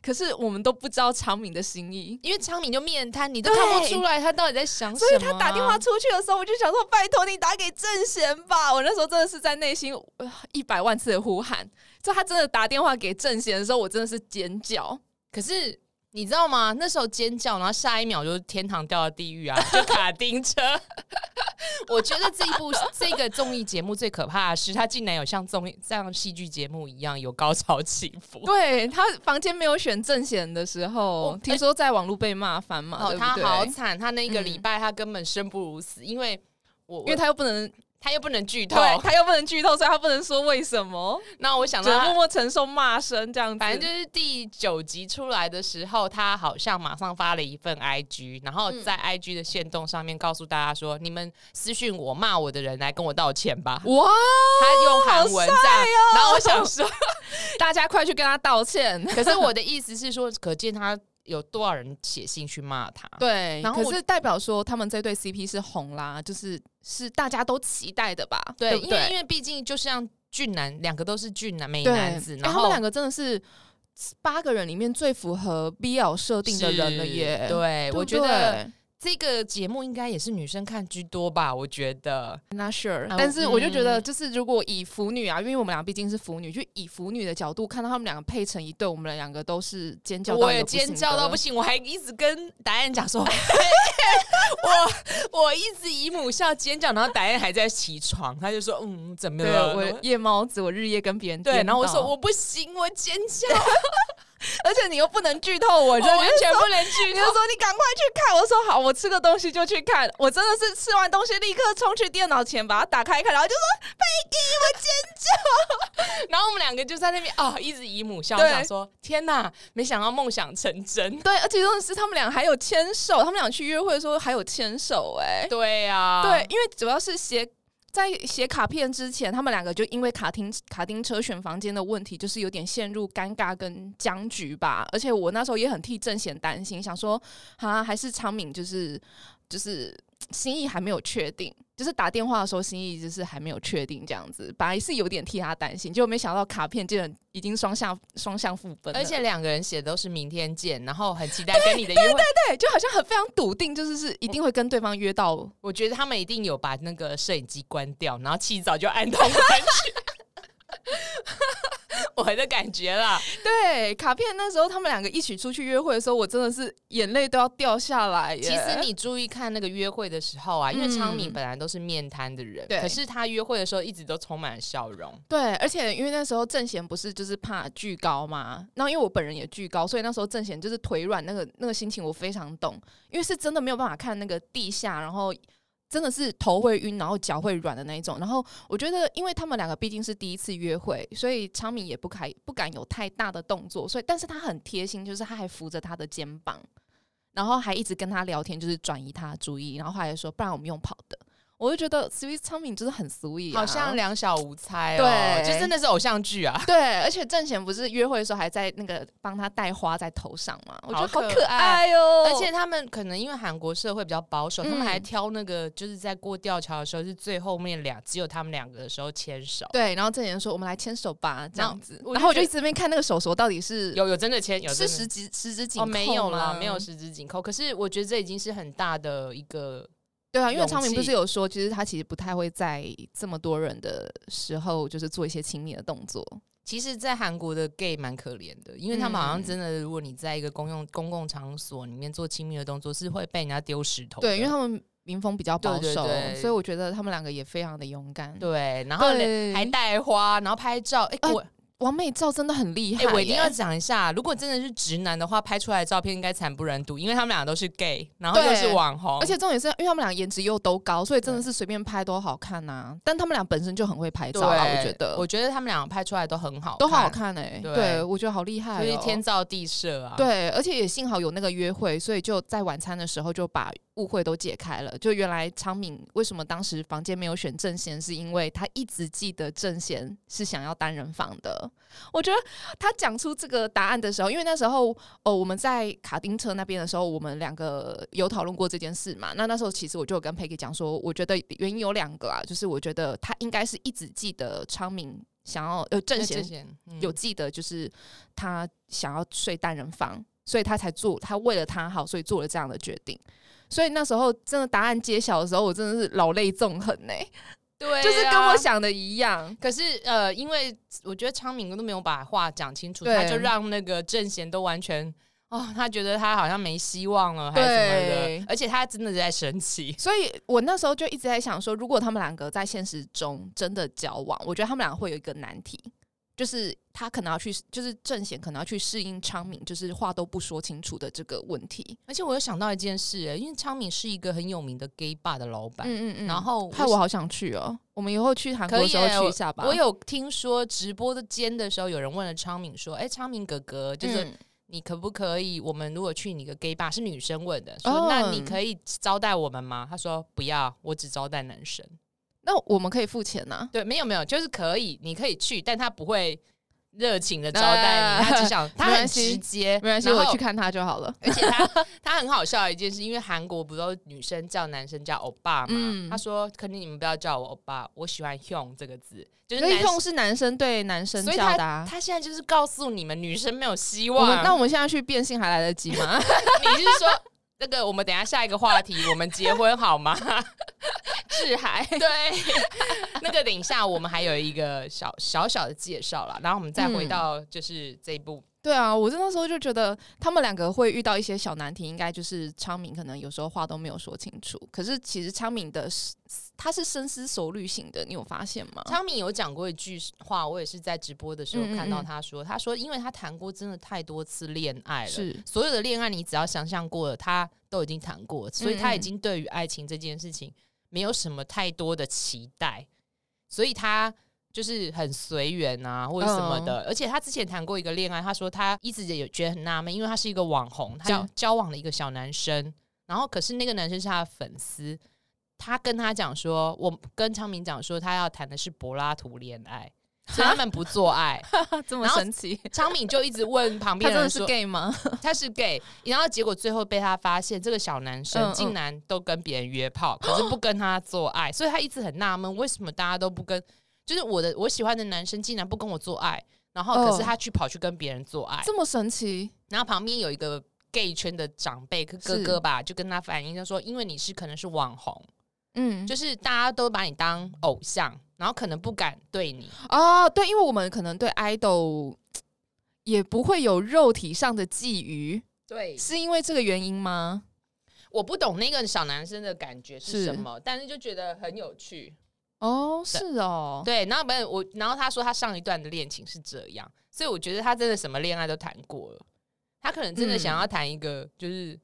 Speaker 1: 可是我们都不知道昌明的心意，
Speaker 2: 因为昌明就面瘫，你都看不出来他到底在想什么
Speaker 1: 所
Speaker 2: 啊、
Speaker 1: 以他打电话出去的时候，我就想说拜托你打给郑贤吧。我那时候真的是在内心呃一百万次的呼喊，就他真的打电话给郑贤的时候，我真的是尖叫。
Speaker 2: 可是你知道吗？那时候尖叫，然后下一秒就是天堂掉到地狱啊，就卡丁车。 我觉得这一部这个综艺节目最可怕的是，它竟然有像综艺像戏剧节目一样有高潮起伏。
Speaker 1: 对他房间没有选郑贤的时候，
Speaker 2: 哦
Speaker 1: 听说在网络被骂翻嘛，
Speaker 2: 哦，
Speaker 1: 对不
Speaker 2: 他
Speaker 1: 对
Speaker 2: 好惨，他那一个礼拜他根本生不如死，因为我
Speaker 1: 因为他又不能
Speaker 2: 他又不能剧透。
Speaker 1: 对，他又不能剧透，所以他不能说为什么，
Speaker 2: 那我想
Speaker 1: 只
Speaker 2: 到
Speaker 1: 能默
Speaker 2: 他，
Speaker 1: 默承受骂声这样子。
Speaker 2: 反正就是第九集出来的时候，他好像马上发了一份 IG，然
Speaker 1: 嗯
Speaker 2: 后在 IG 的线动上面告诉大家说：“你们私讯我骂我的人来跟我道歉吧。”
Speaker 1: 哇，哦
Speaker 2: 他用韩文这样，然后我想 说，
Speaker 1: 大家快去跟他道歉。
Speaker 2: 可是我的意思是说，可见他有多少人写信去骂他。
Speaker 1: 对，
Speaker 2: 然后
Speaker 1: 可
Speaker 2: 我
Speaker 1: 是代表说他们这对 CP 是红啦，就是是大家都期待的吧？
Speaker 2: 对，
Speaker 1: 不
Speaker 2: 因
Speaker 1: 对
Speaker 2: 为因为毕竟就像俊男，两个都是俊男美
Speaker 1: 对
Speaker 2: 男子，
Speaker 1: 哎
Speaker 2: 然
Speaker 1: 他们
Speaker 2: 后
Speaker 1: 两个真的是八个人里面最符合 BL 设定的人了耶。
Speaker 2: 是对，
Speaker 1: 对不
Speaker 2: 我觉
Speaker 1: 对
Speaker 2: 得这个节目应该也是女生看居多吧，我觉得。
Speaker 1: Not sure，、
Speaker 2: 啊
Speaker 1: 但是
Speaker 2: 我
Speaker 1: 我就觉得，
Speaker 2: 嗯
Speaker 1: 就是如果以腐女啊，因为我们俩毕竟是腐女，就以腐女的角度看到他们两个配成一对，我们两个都是尖叫到一个
Speaker 2: 我也
Speaker 1: 不行
Speaker 2: 尖叫到
Speaker 1: 的
Speaker 2: 不行，我还一直跟达燕讲 说，我我一直姨母笑尖叫，然后达燕还在起床，他就说嗯怎么
Speaker 1: 对，
Speaker 2: 了？
Speaker 1: 我夜猫子，我日夜跟别人
Speaker 2: 对，
Speaker 1: 颠
Speaker 2: 然后我
Speaker 1: 倒
Speaker 2: 说我，不行，我尖叫，
Speaker 1: 而且你又不能剧透 我，
Speaker 2: 我
Speaker 1: 就你
Speaker 2: 完
Speaker 1: 就
Speaker 2: 全
Speaker 1: 说
Speaker 2: 不能剧
Speaker 1: 你
Speaker 2: 透
Speaker 1: 就。说你赶快去看，我说好，我吃个东西就去看，我真的是吃完东西立刻冲去电脑前把它打开看，然后就说
Speaker 2: 然后我们两个就在那边啊、一直姨母笑，
Speaker 1: 对
Speaker 2: 我想说天哪，没想到梦想成真。
Speaker 1: 对，而且真的是他们俩还有牵手，他们俩去约会的时候还有牵手、哎，
Speaker 2: 对啊，
Speaker 1: 对，，因为主要是写在写卡片之前，他们两个就因为卡丁卡丁车选房间的问题，就是有点陷入尴尬跟僵局吧。而且我那时候也很替郑贤担心，想说啊，还是昌敏就是就是心意还没有确定，就是打电话的时候心意就是还没有确定这样子，本来是有点替他担心，结果没想到卡片竟然已经双向双向副本了，
Speaker 2: 而且两个人写的都是明天见，然后很期待跟你的约会。
Speaker 1: 对，就好像很非常笃定，就是是一定会跟对方约到。
Speaker 2: 我觉得他们一定有把那个摄影机关掉，然后气早就按通关去。 我的感觉啦，
Speaker 1: 对，卡片那时候他们两个一起出去约会的时候，我真的是眼泪都要掉下来耶。
Speaker 2: 其实你注意看那个约会的时候啊，因为昌明
Speaker 1: 嗯
Speaker 2: 本来都是面瘫的人，
Speaker 1: 对
Speaker 2: 可是他约会的时候一直都充满了笑容。
Speaker 1: 对，而且因为那时候郑贤不是就是怕巨高嘛，然后因为我本人也巨高，所以那时候郑贤就是腿软，那个那个心情我非常懂，因为是真的没有办法看那个地下，然后。真的是头会晕，然后脚会软的那一种。然后我觉得，因为他们两个毕竟是第一次约会，所以昌明也不敢不敢有太大的动作。所以，但是他很贴心，就是他还扶着他的肩膀，然后还一直跟他聊天，就是转移他的注意。然后还说，不然我们用跑的。我就觉得 sweet 昌明就是很 sweet，、啊、
Speaker 2: 好像两小无猜哦，
Speaker 1: 对
Speaker 2: 就真的是偶像剧啊。
Speaker 1: 对，而且郑贤不是约会的时候还在那个帮他戴花在头上嘛，我觉得
Speaker 2: 好
Speaker 1: 好
Speaker 2: 可
Speaker 1: 可爱哦、
Speaker 2: 而且他们可能因为韩国社会比较保守，他们
Speaker 1: 嗯
Speaker 2: 还挑那个就是在过吊桥的时候是最后面两只有他们两个的时候牵手，
Speaker 1: 对，然后郑贤说：“我们来牵手吧，这样子。”
Speaker 2: 我就
Speaker 1: 然后我就
Speaker 2: 觉得
Speaker 1: 一直在那边看那个手手到底是
Speaker 2: 有有真的牵有
Speaker 1: 是
Speaker 2: 真的
Speaker 1: 十指十指紧
Speaker 2: 哦没有啦
Speaker 1: 啦，，
Speaker 2: 没有十指紧扣，可是我觉得这已经是很大的一个
Speaker 1: 对啊，因为
Speaker 2: 勇
Speaker 1: 昌明不
Speaker 2: 气
Speaker 1: 是有说，其实他其实不太会在这么多人的时候，就是做一些亲密的动作。
Speaker 2: 其实，在韩国的 gay 蛮可怜的，因为他们好像
Speaker 1: 嗯
Speaker 2: 真的，如果你在一个公用公共场所里面做亲密的动作，是会被人家丢石头的。
Speaker 1: 对，因为他们民风比较保守，
Speaker 2: 对对对
Speaker 1: 所以我觉得他们两个也非常的勇敢。，
Speaker 2: 对，然后
Speaker 1: 对
Speaker 2: 还带花，然后拍照。哎、
Speaker 1: 哎
Speaker 2: 我
Speaker 1: 王美照真的很厉害
Speaker 2: 哎、
Speaker 1: 耶、
Speaker 2: 我一定要讲一下，如果真的是直男的话，拍出来的照片应该惨不忍睹，因为他们俩都是 gay，然后又
Speaker 1: 对
Speaker 2: 是网红，
Speaker 1: 而且重点是因为他们俩颜值又都高，所以真的是随便拍都好看呐、但他们俩本身就很会拍
Speaker 2: 对，
Speaker 1: 照啊，我觉得
Speaker 2: 我觉得他们俩拍出来都很好，
Speaker 1: 都好，看哎、
Speaker 2: 对
Speaker 1: 对我觉得好厉害、哦，
Speaker 2: 就是天造地设啊。。
Speaker 1: 对，而且也幸好有那个约会，所以就在晚餐的时候就把误会都解开了。就原来昌敏为什么当时房间没有选正贤，是因为他一直记得正贤是想要单人房的。我觉得他讲出这个答案的时候，因为那时候哦我们在卡丁车那边的时候，我们两个有讨论过这件事嘛。那那时候其实我就有跟佩 e 讲说，我觉得原因有两个啊，就是我觉得他应该是一直记得昌敏想要呃正 贤
Speaker 2: 嗯
Speaker 1: 有记得，就是他想要睡单人房，所以他才做，他为了他好，所以做了这样的决定。所以那时候真的答案揭晓的时候，我真的是老泪纵横呢、
Speaker 2: 对啊、
Speaker 1: 就是跟我想的一样。
Speaker 2: 可是呃，因为我觉得昌明都没有把话讲清楚，
Speaker 1: 对
Speaker 2: 他就让那个郑贤都完全哦，他觉得他好像没希望了，还
Speaker 1: 对
Speaker 2: 是什么的，而且他真的在生气。
Speaker 1: 所以我那时候就一直在想说，如果他们两个在现实中真的交往，我觉得他们俩会有一个难题，就是他可能要去，就是郑贤可能要去适应昌明，就是话都不说清楚的这个问题。
Speaker 2: 而且我又想到一件事、哎，因为昌明是一个很有名的 gay bar 的老板，
Speaker 1: 嗯嗯嗯
Speaker 2: 然后
Speaker 1: 害我好想去哦、我们以后去韩国
Speaker 2: 可
Speaker 1: 的
Speaker 2: 以
Speaker 1: 时候
Speaker 2: 耶
Speaker 1: 去一下吧。
Speaker 2: 我有听说直播的间的时候，有人问了昌明说：“哎、昌明哥哥，就是
Speaker 1: 嗯
Speaker 2: 你可不可以？我们如果去你个 gay bar，是女生问的，说、那你可以招待我们吗？”他说：“不要，我只招待男生。
Speaker 1: 那我们可以付钱呐、”
Speaker 2: 对，没有没有，就是可以，你可以去，但他不会热情的招待你，
Speaker 1: 啊
Speaker 2: 他只想他
Speaker 1: 没
Speaker 2: 很
Speaker 1: 关系
Speaker 2: 直接，
Speaker 1: 没关系，
Speaker 2: 然
Speaker 1: 我
Speaker 2: 后
Speaker 1: 去。看他就好了。
Speaker 2: 而且他他很好笑的一件事，因为韩国不都女生叫男生叫欧巴嘛？
Speaker 1: 嗯
Speaker 2: 他说：“肯定你们不要叫我欧巴，我喜欢 Hyung 这个字，就是
Speaker 1: 所以
Speaker 2: 男
Speaker 1: 痛是男生对男生
Speaker 2: 所以
Speaker 1: 叫的、啊。
Speaker 2: 他现在就是告诉你们，女生没有希
Speaker 1: 我
Speaker 2: 望。
Speaker 1: 们那我们现在去变性还来得及吗？
Speaker 2: 你是说那个？我们等一下下一个话题，我们结婚好吗？
Speaker 1: 志海，
Speaker 2: 对，那个等一下我们还有一个小小小的介绍啦，然后我们再回
Speaker 1: 嗯
Speaker 2: 到就是这一部，
Speaker 1: 对啊，我那时候就觉得他们两个会遇到一些小难题，应该就是昌明可能有时候话都没有说清楚，可是其实昌明的他是深思熟虑型的，你有发现吗？
Speaker 2: 昌明有讲过一句话，我也是在直播的时候
Speaker 1: 嗯嗯
Speaker 2: 看到
Speaker 1: 嗯
Speaker 2: 他说，他说因为他谈过真的太多次恋爱了，
Speaker 1: 是
Speaker 2: 所有的恋爱你只要想象过了，他都已经谈过了，所以他
Speaker 1: 嗯
Speaker 2: 已经对于爱情这件事情没有什么太多的期待，所以他就是很随缘啊，或者什么
Speaker 1: 嗯
Speaker 2: 的。而且他之前谈过一个恋爱，他说他一直也觉得很纳闷，因为他是一个网红，他
Speaker 1: 交
Speaker 2: 交交往了一个小男生，然后可是那个男生是他的粉丝。他跟他讲说，我跟昌明讲说，他要谈的是柏拉图恋爱， 所以他们不做爱。
Speaker 1: 这
Speaker 2: 然后
Speaker 1: 奇，
Speaker 2: 昌明就一直问旁
Speaker 1: 他
Speaker 2: 边的
Speaker 1: 真的
Speaker 2: 人说
Speaker 1: 是 gay 吗？
Speaker 2: 他是 gay，然后结果最后被他发现，这个小男
Speaker 1: 嗯
Speaker 2: 生
Speaker 1: 嗯
Speaker 2: 竟然都跟别人约炮，可是不跟他做爱，所以他一直很纳闷，为什么大家都不跟，就是我的我喜欢的男生竟然不跟我做爱，然后可是
Speaker 1: 哦
Speaker 2: 他去跑去跟别人做爱，
Speaker 1: 这么神奇？
Speaker 2: 然后旁边有一个 gay 圈的长辈哥
Speaker 1: 是
Speaker 2: 哥吧，就跟他反映，他说因为你是可能是网红，
Speaker 1: 嗯，
Speaker 2: 就是大家都把你当偶像，然后可能不敢对你，
Speaker 1: 哦，对，因为我们可能对 idol 也不会有肉体上的觊觎，
Speaker 2: 对
Speaker 1: 是因为这个原因吗？
Speaker 2: 我不懂那个小男生的感觉是
Speaker 1: 是
Speaker 2: 什么，但是就觉得很有趣。
Speaker 1: 哦，是哦，
Speaker 2: 对，然后没有我，然后他说他上一段的恋情是这样，所以我觉得他真的什么恋爱都谈过了，他可能真的想要谈一个就是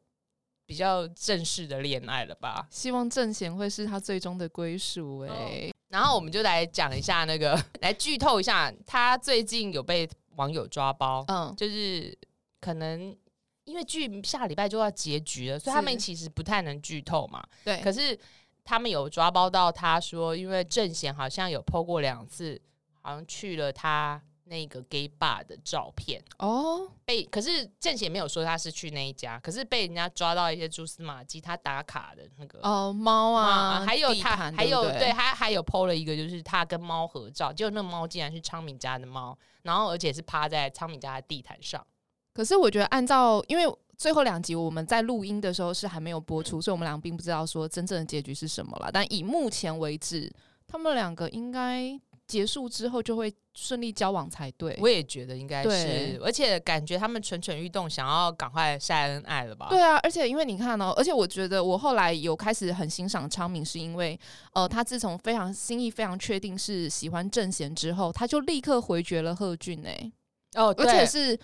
Speaker 2: 比较正式的恋爱了吧。
Speaker 1: 希望正贤会是他最终的归属、
Speaker 2: 哦
Speaker 1: 哎、
Speaker 2: 然后我们就来讲一下那个， 来剧透一下，他最近有被网友抓包，
Speaker 1: 嗯，
Speaker 2: 就是可能因为剧下礼拜就要结局了，所以他们
Speaker 1: 是
Speaker 2: 其实不太能剧透嘛。
Speaker 1: 对，
Speaker 2: 可是他们有抓包到他说，因为郑贤好像有 PO 过两次，好像去了他那个 gay bar 的照片，
Speaker 1: 哦，
Speaker 2: 被可是郑贤没有说他是去那一家，可是被人家抓到一些蛛丝马迹，他打卡的那个。
Speaker 1: 哦，猫啊，
Speaker 2: 还有
Speaker 1: 地
Speaker 2: 他，
Speaker 1: 毯
Speaker 2: 还有
Speaker 1: 对不对，
Speaker 2: 他还有 PO 了一个，就是他跟猫合照，结果那个猫竟然是昌敏家的猫，然后而且是趴在昌敏家的地毯上。
Speaker 1: 可是我觉得按照因为。最后两集我们在录音的时候是还没有播出，所以我们俩并不知道说真正的结局是什么了。但以目前为止，他们两个应该结束之后就会顺利交往才对。
Speaker 2: 我也觉得应该
Speaker 1: 对
Speaker 2: 是，而且感觉他们蠢蠢欲动，想要赶快晒恩爱了吧？
Speaker 1: 对啊，而且因为你看哦，而且我觉得我后来有开始很欣赏昌明，是因为呃，他自从非常心意非常确定是喜欢郑贤之后，他就立刻回绝了贺俊哎、
Speaker 2: 哦，
Speaker 1: 而
Speaker 2: 对
Speaker 1: 且是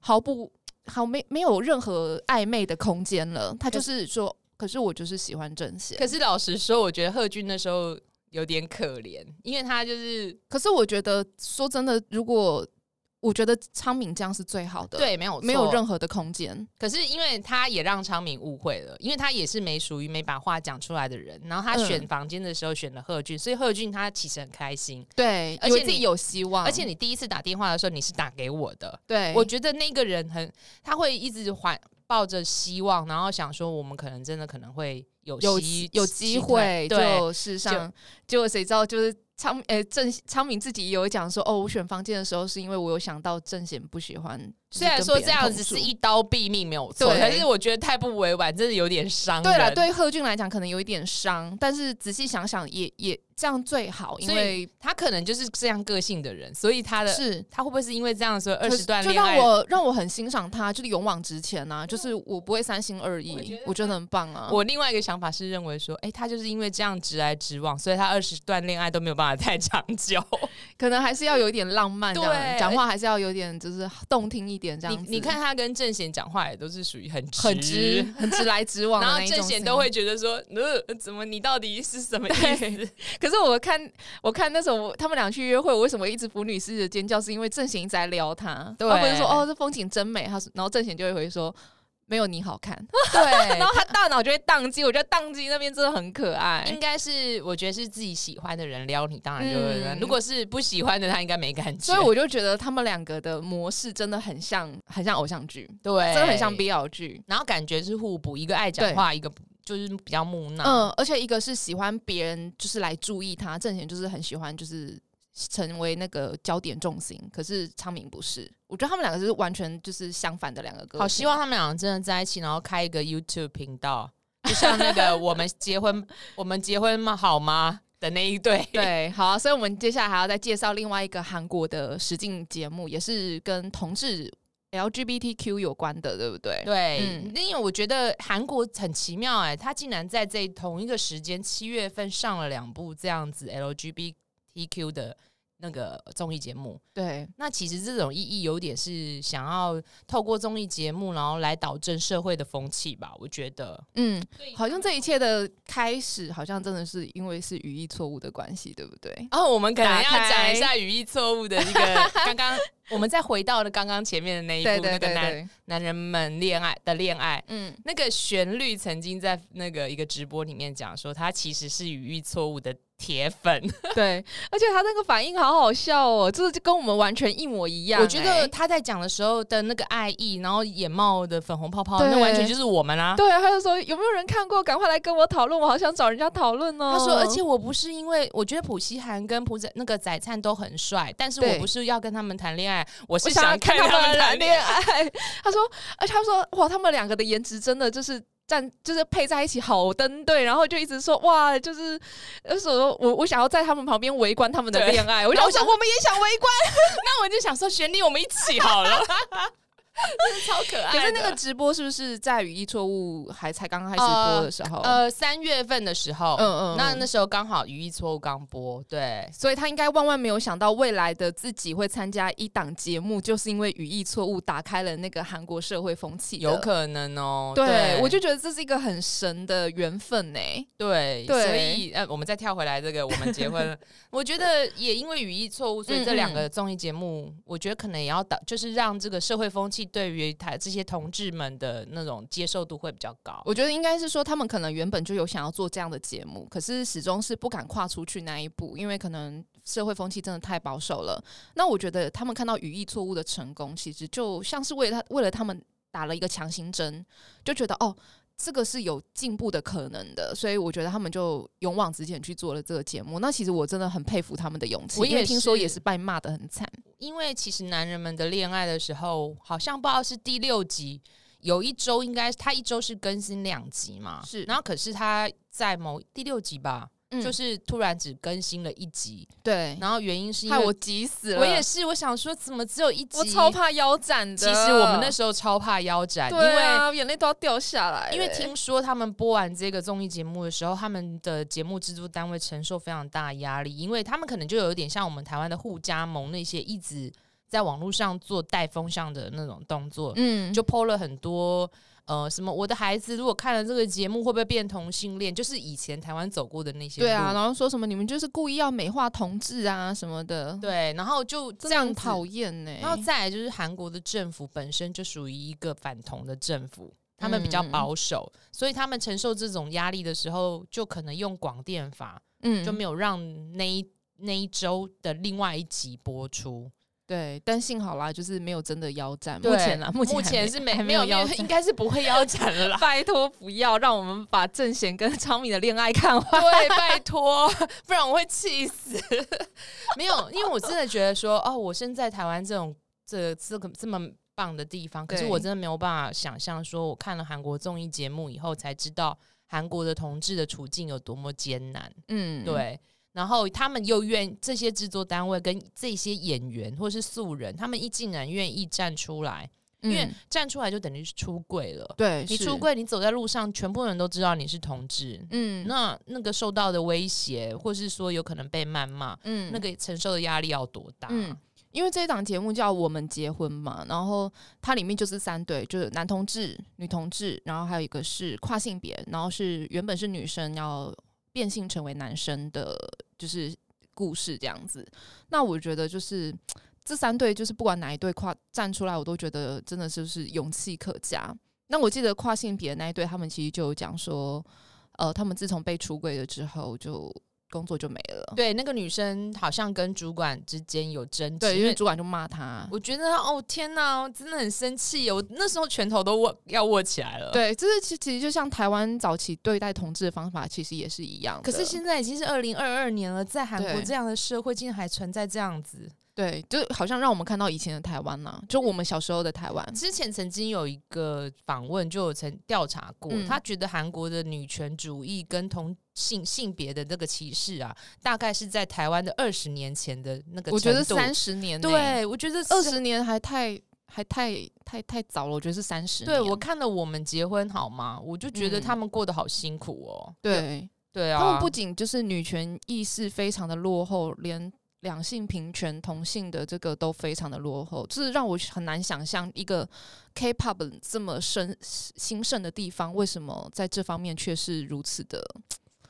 Speaker 1: 毫不毫没没有任何暧昧的空间了，他就
Speaker 2: 可
Speaker 1: 是说。可是我就是喜欢郑贤，
Speaker 2: 可是老实说，我觉得贺军那时候有点可怜，因为他就是
Speaker 1: 可是我觉得说真的，如果我觉得昌明这样是最好的，，
Speaker 2: 对，没有
Speaker 1: 没有
Speaker 2: 错
Speaker 1: 任何的空间。
Speaker 2: 可是因为他也让昌明误会了，因为他也是没属于没把话讲出来的人。然后他
Speaker 1: 嗯
Speaker 2: 选房间的时候选了贺俊，所以贺俊他其实很开心。
Speaker 1: 对，
Speaker 2: 而
Speaker 1: 以为
Speaker 2: 且
Speaker 1: 自己
Speaker 2: 你
Speaker 1: 有希望，
Speaker 2: 而且你第一次打电话的时候，你是打给我的，
Speaker 1: 嗯对，
Speaker 2: 我觉得那个人很，他会一直怀抱着希望，然后想说我们可能真的可能会有
Speaker 1: 有
Speaker 2: 希
Speaker 1: 有
Speaker 2: 希
Speaker 1: 机会
Speaker 2: 对，
Speaker 1: 就事实上，结果谁知道就是昌呃郑昌明自己也有讲说，哦，我选房间的时候是因为我有想到郑贤不喜欢，
Speaker 2: 虽然
Speaker 1: 就是
Speaker 2: 说
Speaker 1: 跟
Speaker 2: 这
Speaker 1: 别人
Speaker 2: 样
Speaker 1: 同
Speaker 2: 子是
Speaker 1: 住
Speaker 2: 一刀毙命没有错，
Speaker 1: 对
Speaker 2: 可是我觉得太不委婉，真的有点伤
Speaker 1: 对了，
Speaker 2: 人。
Speaker 1: 对贺俊来讲可能有一点伤，但是仔细想想也也这样最好，因
Speaker 2: 所以
Speaker 1: 为
Speaker 2: 他可能就是这样个性的人，所以他的
Speaker 1: 是
Speaker 2: 他会不会是因为这样所以二
Speaker 1: 可
Speaker 2: 十
Speaker 1: 是
Speaker 2: 段
Speaker 1: 就
Speaker 2: 恋
Speaker 1: 让
Speaker 2: 爱？
Speaker 1: 我让我很欣赏他，就是勇往直前呐、就是我不会三心二意，我觉得很棒啊。
Speaker 2: 我另外一个想法是认为说，哎、他就是因为这样直来直往，所以他二十段恋爱都没有办法太长 久。
Speaker 1: 可能还是要有一点浪漫，这样
Speaker 2: 对
Speaker 1: 讲话还是要有点就是动听一点这
Speaker 2: 你
Speaker 1: 样子。
Speaker 2: 你看，他跟郑贤讲话也都是属于很直
Speaker 1: 很直， 很直来直往的
Speaker 2: 然
Speaker 1: 那
Speaker 2: 后
Speaker 1: 一种
Speaker 2: 郑
Speaker 1: 型。
Speaker 2: 贤都会觉得说，呃，怎么你到底是什么意
Speaker 1: 对
Speaker 2: 思？
Speaker 1: 可是我看，我看那时候我他们俩去约会，我为什么一直服女士的尖叫？是因为郑贤一直在撩她，
Speaker 2: 对
Speaker 1: 他不是说哦这风景真美，他说，然后郑贤就会回说没有你好看，
Speaker 2: 对
Speaker 1: 然后他大脑就会宕机。我觉得宕机那边真的很可爱
Speaker 2: 应，该是我觉得是自己喜欢的人撩你，当然就会、
Speaker 1: 嗯
Speaker 2: 如果是不喜欢的，他应该没感觉。
Speaker 1: 所以我就觉得他们两个的模式真的很像，很像偶像剧，
Speaker 2: 对
Speaker 1: 真的很像 BL 剧。
Speaker 2: 然后感觉是互补，一个爱讲话，一个就是比较木讷。
Speaker 1: 嗯，而且一个是喜欢别人，就是来注意他；郑贤就是很喜欢，就是成为那个焦点重心。可是昌明不是，我觉得他们两个是完全就是相反的两个歌。
Speaker 2: 好希望他们两个真的在一起，然后开一个 YouTube 频道，就像那 个我们结婚，我们结婚吗？好吗？的那一对，
Speaker 1: 对，好、啊所以我们接下来还要再介绍另外一个韩国的实境节目，也是跟同志 LGBTQ 有关的，对不对？
Speaker 2: 对，
Speaker 1: 嗯
Speaker 2: 因为我觉得韩国很奇妙哎、他竟然在这同一个时间七月份上了两部这样子 LGBTQ 的那个综艺节目，
Speaker 1: 对
Speaker 2: 那其实这种意义有点是想要透过综艺节目，然后来导正社会的风气吧。我觉得，
Speaker 1: 嗯，好像这一切的开始，好像真的是因为是语义错误的关系，对不对？
Speaker 2: 哦，我们可能
Speaker 1: 打
Speaker 2: 要
Speaker 1: 开
Speaker 2: 讲一下语义错误的一 个刚刚，我们再回到了刚刚前面的那一
Speaker 1: 对
Speaker 2: 部
Speaker 1: 对
Speaker 2: 那个
Speaker 1: 对
Speaker 2: 男
Speaker 1: 对，
Speaker 2: 男人们恋爱的恋爱。
Speaker 1: 嗯，
Speaker 2: 那个旋律曾经在那个一个直播里面讲说，他其实是语义错误的铁粉。
Speaker 1: 对，而且他那个反应好好笑哦，这就跟我们完全一模一样、
Speaker 2: 我觉得
Speaker 1: 哎
Speaker 2: 他在讲的时候的那个爱意，然后眼冒的粉红泡泡，那
Speaker 1: 对
Speaker 2: 完全就是我们啊。
Speaker 1: 对，他就说有没有人看过？赶快来跟我讨论，我好想找人家讨论哦。
Speaker 2: 他说：“而且我不是因为我觉得普希涵跟朴宰那个宰灿都很帅，但是
Speaker 1: 对
Speaker 2: 我不是要跟他们谈恋爱，我
Speaker 1: 我
Speaker 2: 是
Speaker 1: 想要
Speaker 2: 看
Speaker 1: 看他
Speaker 2: 们
Speaker 1: 们
Speaker 2: 谈
Speaker 1: 谈
Speaker 2: 恋爱。
Speaker 1: 恋爱。他说，而且他说，哇，他们两个的颜值真的就是站，就是配在一起好登对。然后就一直说，哇，就是呃什么，我我想要在他们旁边围观他们的
Speaker 2: 对
Speaker 1: 恋爱。我
Speaker 2: 然后
Speaker 1: 想说，
Speaker 2: 我
Speaker 1: 我们也想围观。
Speaker 2: 那我就想说，旋律我们一起好 了，真的超可爱的。
Speaker 1: 可是那个直播是不是在语义错误还才刚开始播
Speaker 2: 呃
Speaker 1: 的时候？
Speaker 2: 呃三月份的时候，
Speaker 1: 嗯
Speaker 2: 那那时候刚好语义错误刚播，对。”
Speaker 1: 所以他应该万万没有想到，未来的自己会参加一档节目，就是因为语义错误打开了那个韩国社会风气的。
Speaker 2: 有可能哦，
Speaker 1: 对，
Speaker 2: 对
Speaker 1: 我就觉得这是一个很神的缘分呢、
Speaker 2: 对，
Speaker 1: 对
Speaker 2: 所以呃，我们再跳回来这个，我们结婚 了，我觉得也因为语义错误，所以这两
Speaker 1: 嗯
Speaker 2: 个综艺节目，我觉得可能也要导，就是让这个社会风气对于他这些同志们的那种接受度会比较高。
Speaker 1: 我觉得应该是说，他们可能原本就有想要做这样的节目，可是始终是不敢跨出去那一步，因为可能社会风气真的太保守了。那我觉得他们看到语义错误的成功，其实就像是为了他为了他们打了一个强心针，就觉得哦。这个是有进步的可能的，所以我觉得他们就勇往直前去做了这个节目。那其实我真的很佩服他们的勇气，
Speaker 2: 我也
Speaker 1: 因为听说
Speaker 2: 是
Speaker 1: 也是被骂的很惨。
Speaker 2: 因为其实男人们的恋爱的时候，好像不知道是第六集，有一周应该他一周是更新两集嘛，
Speaker 1: 是
Speaker 2: 然后可是他在某第六集吧，
Speaker 1: 嗯
Speaker 2: 就是突然只更新了一集，
Speaker 1: 对，
Speaker 2: 然后原因是因
Speaker 1: 害
Speaker 2: 为
Speaker 1: 我急死了。
Speaker 2: 我也是，我想说怎么只有一集？
Speaker 1: 我超。怕腰斩的。
Speaker 2: 其实我们那时候超怕腰斩，因
Speaker 1: 对
Speaker 2: 为。
Speaker 1: 啊，眼泪都要掉下来了，
Speaker 2: 因为听说他们播完这个综艺节目的时候，他们的节目制作单位承受非常大的压力，因为他们可能就有点像我们台湾的互加盟那些一直在网络上做带风向的那种动作，
Speaker 1: 嗯，
Speaker 2: 就 PO 了很多呃什么我的孩子如果看了这个节目会不会变同性恋，就是以前台湾走过的那些
Speaker 1: 对啊，
Speaker 2: 路，
Speaker 1: 然后说什么你们就是故意要美化同志啊什么的，
Speaker 2: 对，然后就这
Speaker 1: 这样
Speaker 2: 样讨
Speaker 1: 讨厌呢。
Speaker 2: 然后再来就是韩国的政府本身就属于一个反同的政府，他们比较
Speaker 1: 嗯
Speaker 2: 保守，所以他们承受这种压力的时候，就可能用广电法，
Speaker 1: 嗯
Speaker 2: 就没有让那一那一周的另外一集播出。
Speaker 1: 对，但幸好啦，就是没有真的腰斩。目前啦，目
Speaker 2: 目
Speaker 1: 前
Speaker 2: 前
Speaker 1: 还
Speaker 2: 是没
Speaker 1: 还没
Speaker 2: 有
Speaker 1: 有腰
Speaker 2: 应
Speaker 1: 斩。
Speaker 2: 该是不会 腰斩了啦。
Speaker 1: 拜托不要让我们把郑贤跟 昌米的恋爱看完。
Speaker 2: 对，拜托， 不然我会气死。 没有，因为我真的觉得说，哦，我身在台湾这种这这个这么棒的地方，可是
Speaker 1: 对
Speaker 2: 我真的没有办法想象，说我看了韩国综艺节目以后才知道韩国的同志的处境有多么艰难。
Speaker 1: 嗯，
Speaker 2: 对。然后他们又愿这些制作单位跟这些演员或是素人，他们一竟然愿意站出来，
Speaker 1: 嗯，
Speaker 2: 因为站出来就等于是出柜了。
Speaker 1: 对
Speaker 2: 你出，
Speaker 1: 是
Speaker 2: 柜，你走在路上，全部人都知道你是同志，
Speaker 1: 嗯
Speaker 2: 那那个受到的威胁，或是说有可能被谩骂，
Speaker 1: 嗯
Speaker 2: 那个承受的压力要多大？
Speaker 1: 嗯，因为这一档节目叫《我们结婚》嘛，然后它里面就是三对，就是男同志、女同志，然后还有一个是跨性别，然后是原本是女生要变性成为男生的，就是故事这样子。那我觉得就是。这三对就是不管哪一对跨站出来，我都觉得真的就是勇气可嘉。那我记得跨性别那一对，他们其实就有讲说，呃，他们自从被出柜了之后，就工作就没了。
Speaker 2: 对，那个女生好像跟主管之间有争执，
Speaker 1: 对，因为主管就骂他，
Speaker 2: 我觉得哦天哪，真的很生气耶，我那时候拳头都握要握起来了。，
Speaker 1: 对，这是其其实就像台湾早期对待同志的方法，其实也是一样的。
Speaker 2: 可是现在已经是二零二二年了，在韩国
Speaker 1: 对
Speaker 2: 这样的社会竟然还存在这样子。
Speaker 1: 对，就好像让我们看到以前的台湾啦、就我们小时候的台湾。
Speaker 2: 之前曾经有一个访问，就有曾调查过，
Speaker 1: 嗯
Speaker 2: 他觉得韩国的女权主义跟同性性别的这个歧视啊，大概是在台湾的二十年前的那个程度。
Speaker 1: 我觉得三十年内，
Speaker 2: 对，我觉得
Speaker 1: 二十年还太还太太太早了。我觉得是三十。
Speaker 2: 对我看了《我们结婚好吗》，我就觉得
Speaker 1: 嗯
Speaker 2: 他们过得好辛苦哦。
Speaker 1: 对
Speaker 2: 对啊，
Speaker 1: 他们不仅就是女权意识非常的落后，连两性平权、同性的这个都非常的落后，就是让我很难想象一个 K-pop 这么盛兴盛的地方，为什么在这方面却是如此的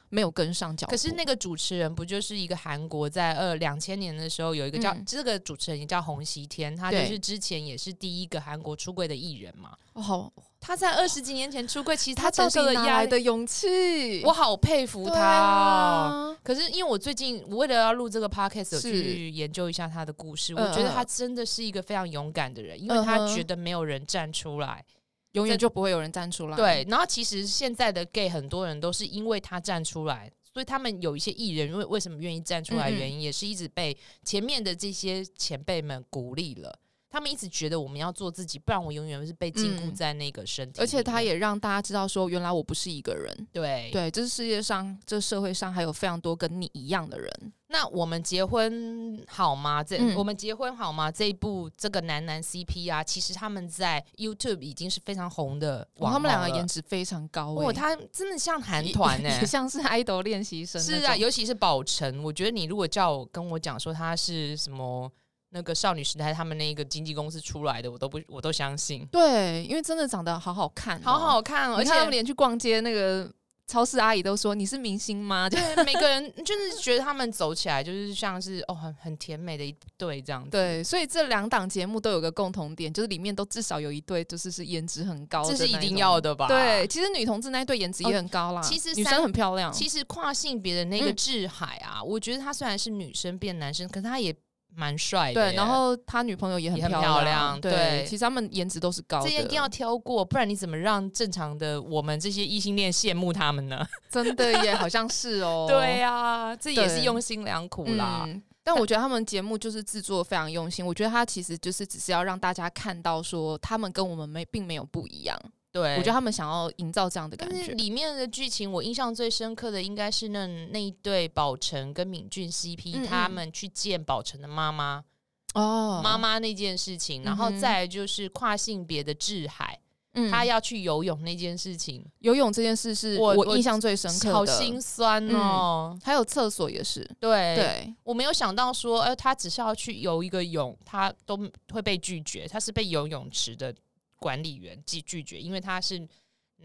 Speaker 1: 没有跟上脚步。
Speaker 2: 可是那个主持人不就是一个韩国在二两千年的时候有一个叫、
Speaker 1: 嗯
Speaker 2: 这个主持人也叫洪熙天，他就
Speaker 1: 对
Speaker 2: 是之前也是第一个韩国出柜的艺人嘛。
Speaker 1: 哦好，
Speaker 2: 他在二十几年前出柜，其实
Speaker 1: 他
Speaker 2: 承
Speaker 1: 到
Speaker 2: 受
Speaker 1: 底
Speaker 2: 的
Speaker 1: 哪
Speaker 2: 压
Speaker 1: 来
Speaker 2: 力，
Speaker 1: 的勇气？
Speaker 2: 我好佩服
Speaker 1: 对
Speaker 2: 他哦。
Speaker 1: 啊，
Speaker 2: 可是因为我最近我为了要录这个 podcast，有
Speaker 1: 是
Speaker 2: 去研究一下他的故事，
Speaker 1: 嗯
Speaker 2: 我觉得
Speaker 1: 嗯
Speaker 2: 他真的是一个非常勇敢的人，因为他
Speaker 1: 嗯哼
Speaker 2: 觉得没有人站出来。
Speaker 1: 永
Speaker 2: 这
Speaker 1: 远就不会有人站出来。
Speaker 2: 对，然后其实现在的 gay 很多人都是因为他站出来，所以他们有一些艺人因为为什么愿意站出来，
Speaker 1: 嗯嗯
Speaker 2: 原因也是一直被前面的这些前辈们鼓励了。他们一直觉得我们要做自己，不然我永远是被禁锢
Speaker 1: 嗯
Speaker 2: 在那个身体里面。
Speaker 1: 而且他也让大家知道说，原来我不是一个人。
Speaker 2: 对
Speaker 1: 对，这世界上，这社会上还有非常多跟你一样的人。
Speaker 2: 那我们结婚好吗？这、
Speaker 1: 嗯
Speaker 2: 我们结婚好吗？这一部这个男男 CP 啊，其实他们在 YouTube 已经是非常红的
Speaker 1: 哇，
Speaker 2: 网
Speaker 1: 哦他们两个
Speaker 2: 红了
Speaker 1: 颜值非常高、欸，
Speaker 2: 哇，他真的像韩团呢、
Speaker 1: 也也像是爱豆练习生那
Speaker 2: 是
Speaker 1: 种。
Speaker 2: 啊，尤其是宝晨，我觉得你如果叫我跟我讲说他是什么那个少女时代他们那个经纪公司出来的，我都不我都相信，
Speaker 1: 对，因为真的长得好好看哦、
Speaker 2: 好好看哦，而
Speaker 1: 而
Speaker 2: 且
Speaker 1: 且哦他们连去逛街那个超市阿姨都说你是明星吗？就
Speaker 2: 对每个人就是觉得他们走起来就是像是哦很很甜美的一对这样子。
Speaker 1: 对，所以这两档节目都有个共同点，就是里面都至少有一对就是是颜值很高的，哦
Speaker 2: 这是一定要。的吧？
Speaker 1: 对，，其实女同志那一对颜值也很高啦，
Speaker 2: 其实
Speaker 1: 女
Speaker 2: 三
Speaker 1: 生很漂亮。
Speaker 2: 其实跨性别的那个
Speaker 1: 嗯
Speaker 2: 志海啊，我觉得他虽然是女生变男生，可是他也蛮帅的耶。
Speaker 1: 对，然后他女朋友也很
Speaker 2: 也很
Speaker 1: 漂
Speaker 2: 漂亮
Speaker 1: 对，
Speaker 2: 对
Speaker 1: 其实他们颜值都是高的，
Speaker 2: 这些一定 要挑过，不然你怎么让正常的我们这些异性恋羡慕他们呢？，
Speaker 1: 真的耶，好像是哦
Speaker 2: 对啊，这也是
Speaker 1: 对
Speaker 2: 用心良苦啦。
Speaker 1: 嗯但我觉得他们节目就是制作得非常用心，我觉得他其实就是只是要让大家看到说他们跟我们没并没有不一样，
Speaker 2: 对，
Speaker 1: 我觉得他们想要营造这样的感
Speaker 2: 但是
Speaker 1: 觉。
Speaker 2: 里面的剧情，我印象最深刻的应该是那那一对宝成跟敏俊 CP，、
Speaker 1: 嗯嗯
Speaker 2: 他们去见宝成的妈妈，
Speaker 1: 哦
Speaker 2: 妈妈那件事情，然后
Speaker 1: 嗯哼
Speaker 2: 再来就是跨性别的志海。
Speaker 1: 嗯
Speaker 2: 他要去游泳那件事情，
Speaker 1: 游泳这件事是
Speaker 2: 我
Speaker 1: 我
Speaker 2: 我
Speaker 1: 印象最深刻的，
Speaker 2: 好心酸哦。
Speaker 1: 还有厕所也是，
Speaker 2: 对，
Speaker 1: 对，
Speaker 2: 我没有想到说，呃，他只是要去游一个泳，他都会被拒绝。他是被游泳池的管理员拒拒绝，因为他是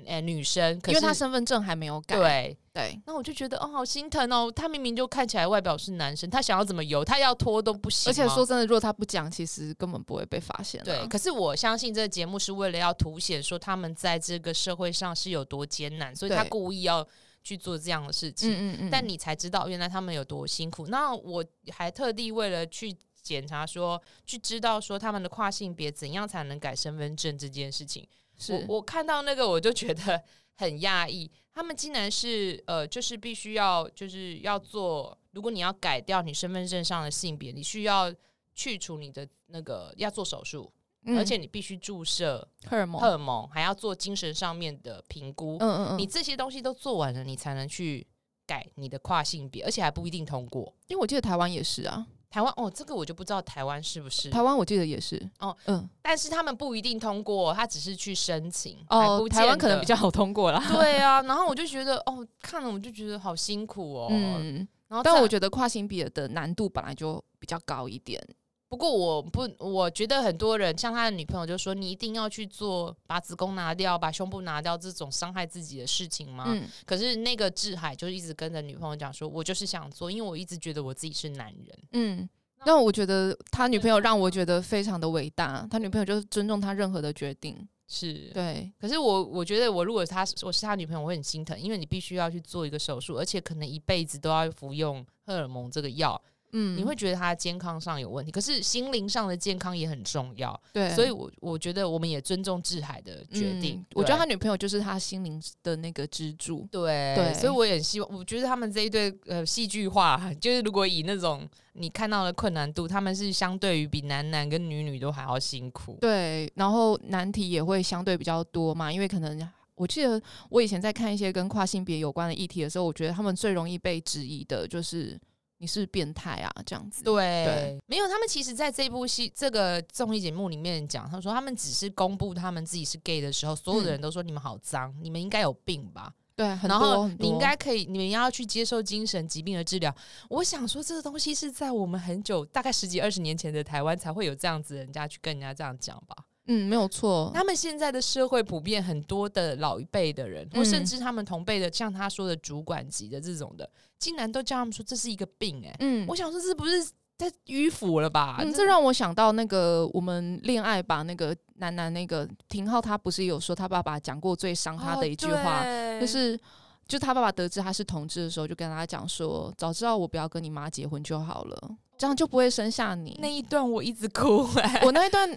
Speaker 2: 呃女生，可
Speaker 1: 因
Speaker 2: 是
Speaker 1: 为他身份证还没有改，
Speaker 2: 对。
Speaker 1: 对
Speaker 2: 那我就觉得，哦，好心疼哦。他明明就看起来外表是男生，他想要怎么游，他要脱都不行吗。
Speaker 1: 而且说真的，如果他不讲，其实根本不会被发现啊。
Speaker 2: 对，可是我相信这个节目是为了要凸显说他们在这个社会上是有多艰难，所以他
Speaker 1: 对
Speaker 2: 故意要去做这样的事情。
Speaker 1: 嗯嗯嗯，
Speaker 2: 但你才知道原来他们有多辛苦。那我还特地为了去检查说，去知道说他们的跨性别怎样才能改身份证这件事情。
Speaker 1: 是
Speaker 2: 我我看到那个我就觉得 很讶异，他们竟然是呃，就是必须要就是要做，如果你要改掉你身份证上的性别，你需要去除你的那个要做手术，
Speaker 1: 嗯
Speaker 2: 而且你必须注射
Speaker 1: 荷尔蒙，
Speaker 2: 荷尔蒙，还要做精神上面的评估。
Speaker 1: 嗯嗯嗯，
Speaker 2: 你这些东西都做完了，你才能去改你的跨性别，而且还不一定通过。
Speaker 1: 因为我记得台湾也是啊，
Speaker 2: 台湾哦，这个我就不知道台湾是不是，
Speaker 1: 台湾我记得也是，
Speaker 2: 哦
Speaker 1: 嗯
Speaker 2: 但是他们不一定通过，他只是去申请。还
Speaker 1: 哦
Speaker 2: 不，见
Speaker 1: 台湾可能
Speaker 2: 得
Speaker 1: 比较好通过啦。
Speaker 2: 对啊，然后我就觉得哦，看了我就觉得好辛苦哦。
Speaker 1: 嗯，
Speaker 2: 然后再，
Speaker 1: 但我觉得跨性别的难度本来就比较高一点，
Speaker 2: 不过我不，我觉得很多人像他的女朋友就说，你一定要去做把子宫拿掉、把胸部拿掉这种伤害自己的事情吗？
Speaker 1: 嗯，
Speaker 2: 可是那个志海就一直跟着女朋友讲说，我就是想做，因为我一直觉得我自己是男人。
Speaker 1: 嗯，但我觉得他女朋友让我觉得非常的伟大，他女朋友就是尊重他任何的决定。
Speaker 2: 是，
Speaker 1: 对，
Speaker 2: 可是我我觉得我如果他我是他女朋友，我会很心疼，因为你必须要去做一个手术，而且可能一辈子都要服用荷尔蒙这个药，
Speaker 1: 嗯，
Speaker 2: 你会觉得他健康上有问题，可是心灵上的健康也很重要，
Speaker 1: 对，
Speaker 2: 所以我我觉得我们也尊重志海的决定。
Speaker 1: 嗯我觉得他
Speaker 2: 对
Speaker 1: 女朋友就是他心灵的那个支柱。
Speaker 2: 对，
Speaker 1: 对
Speaker 2: 所以我也很希望，我觉得他们这一对呃戏剧化， 就是如果以那种你看到的困难度，他们是相对于比男男跟女女都还要辛苦。
Speaker 1: 对，然后难题也会相对比较多嘛，因为可能我记得我以前在看一些跟跨性别有关的议题的时候，我觉得他们最容易被质疑的就是你是变态啊这样子。
Speaker 2: 对，
Speaker 1: 对
Speaker 2: 没有，他们其实在这部戏这个综艺节目里面讲，他说他们只是公布他们自己是 gay 的时候，所有的人都说你们好脏，你们应该有病吧？
Speaker 1: 对，嗯很
Speaker 2: 然后
Speaker 1: 多很
Speaker 2: 你
Speaker 1: 多
Speaker 2: 应该可以，你们要去接受精神疾病的治疗。我想说，这个东西是在我们很久，大概十几二十年前的台湾才会有这样子，人家去跟人家这样讲吧。
Speaker 1: 嗯没有错，
Speaker 2: 他们现在的社会普遍很多的老一辈的人，或
Speaker 1: 嗯
Speaker 2: 甚至他们同辈的，像他说的主管级的这种的，竟然都叫他们说这是一个病哎、
Speaker 1: 嗯
Speaker 2: 我想说这不是在迂腐了吧？
Speaker 1: 嗯，
Speaker 2: 这
Speaker 1: 这让我想到那个我们恋爱吧，那个楠楠那个廷浩，他不是有说他爸爸讲过最伤他的一句话，
Speaker 2: 哦
Speaker 1: 就是就他爸爸得知他是同志的时候，就跟他讲说，早知道我不要跟你妈结婚就好了，这样就不会生下你
Speaker 2: 对。那一段我一直哭哎、
Speaker 1: 我那一段，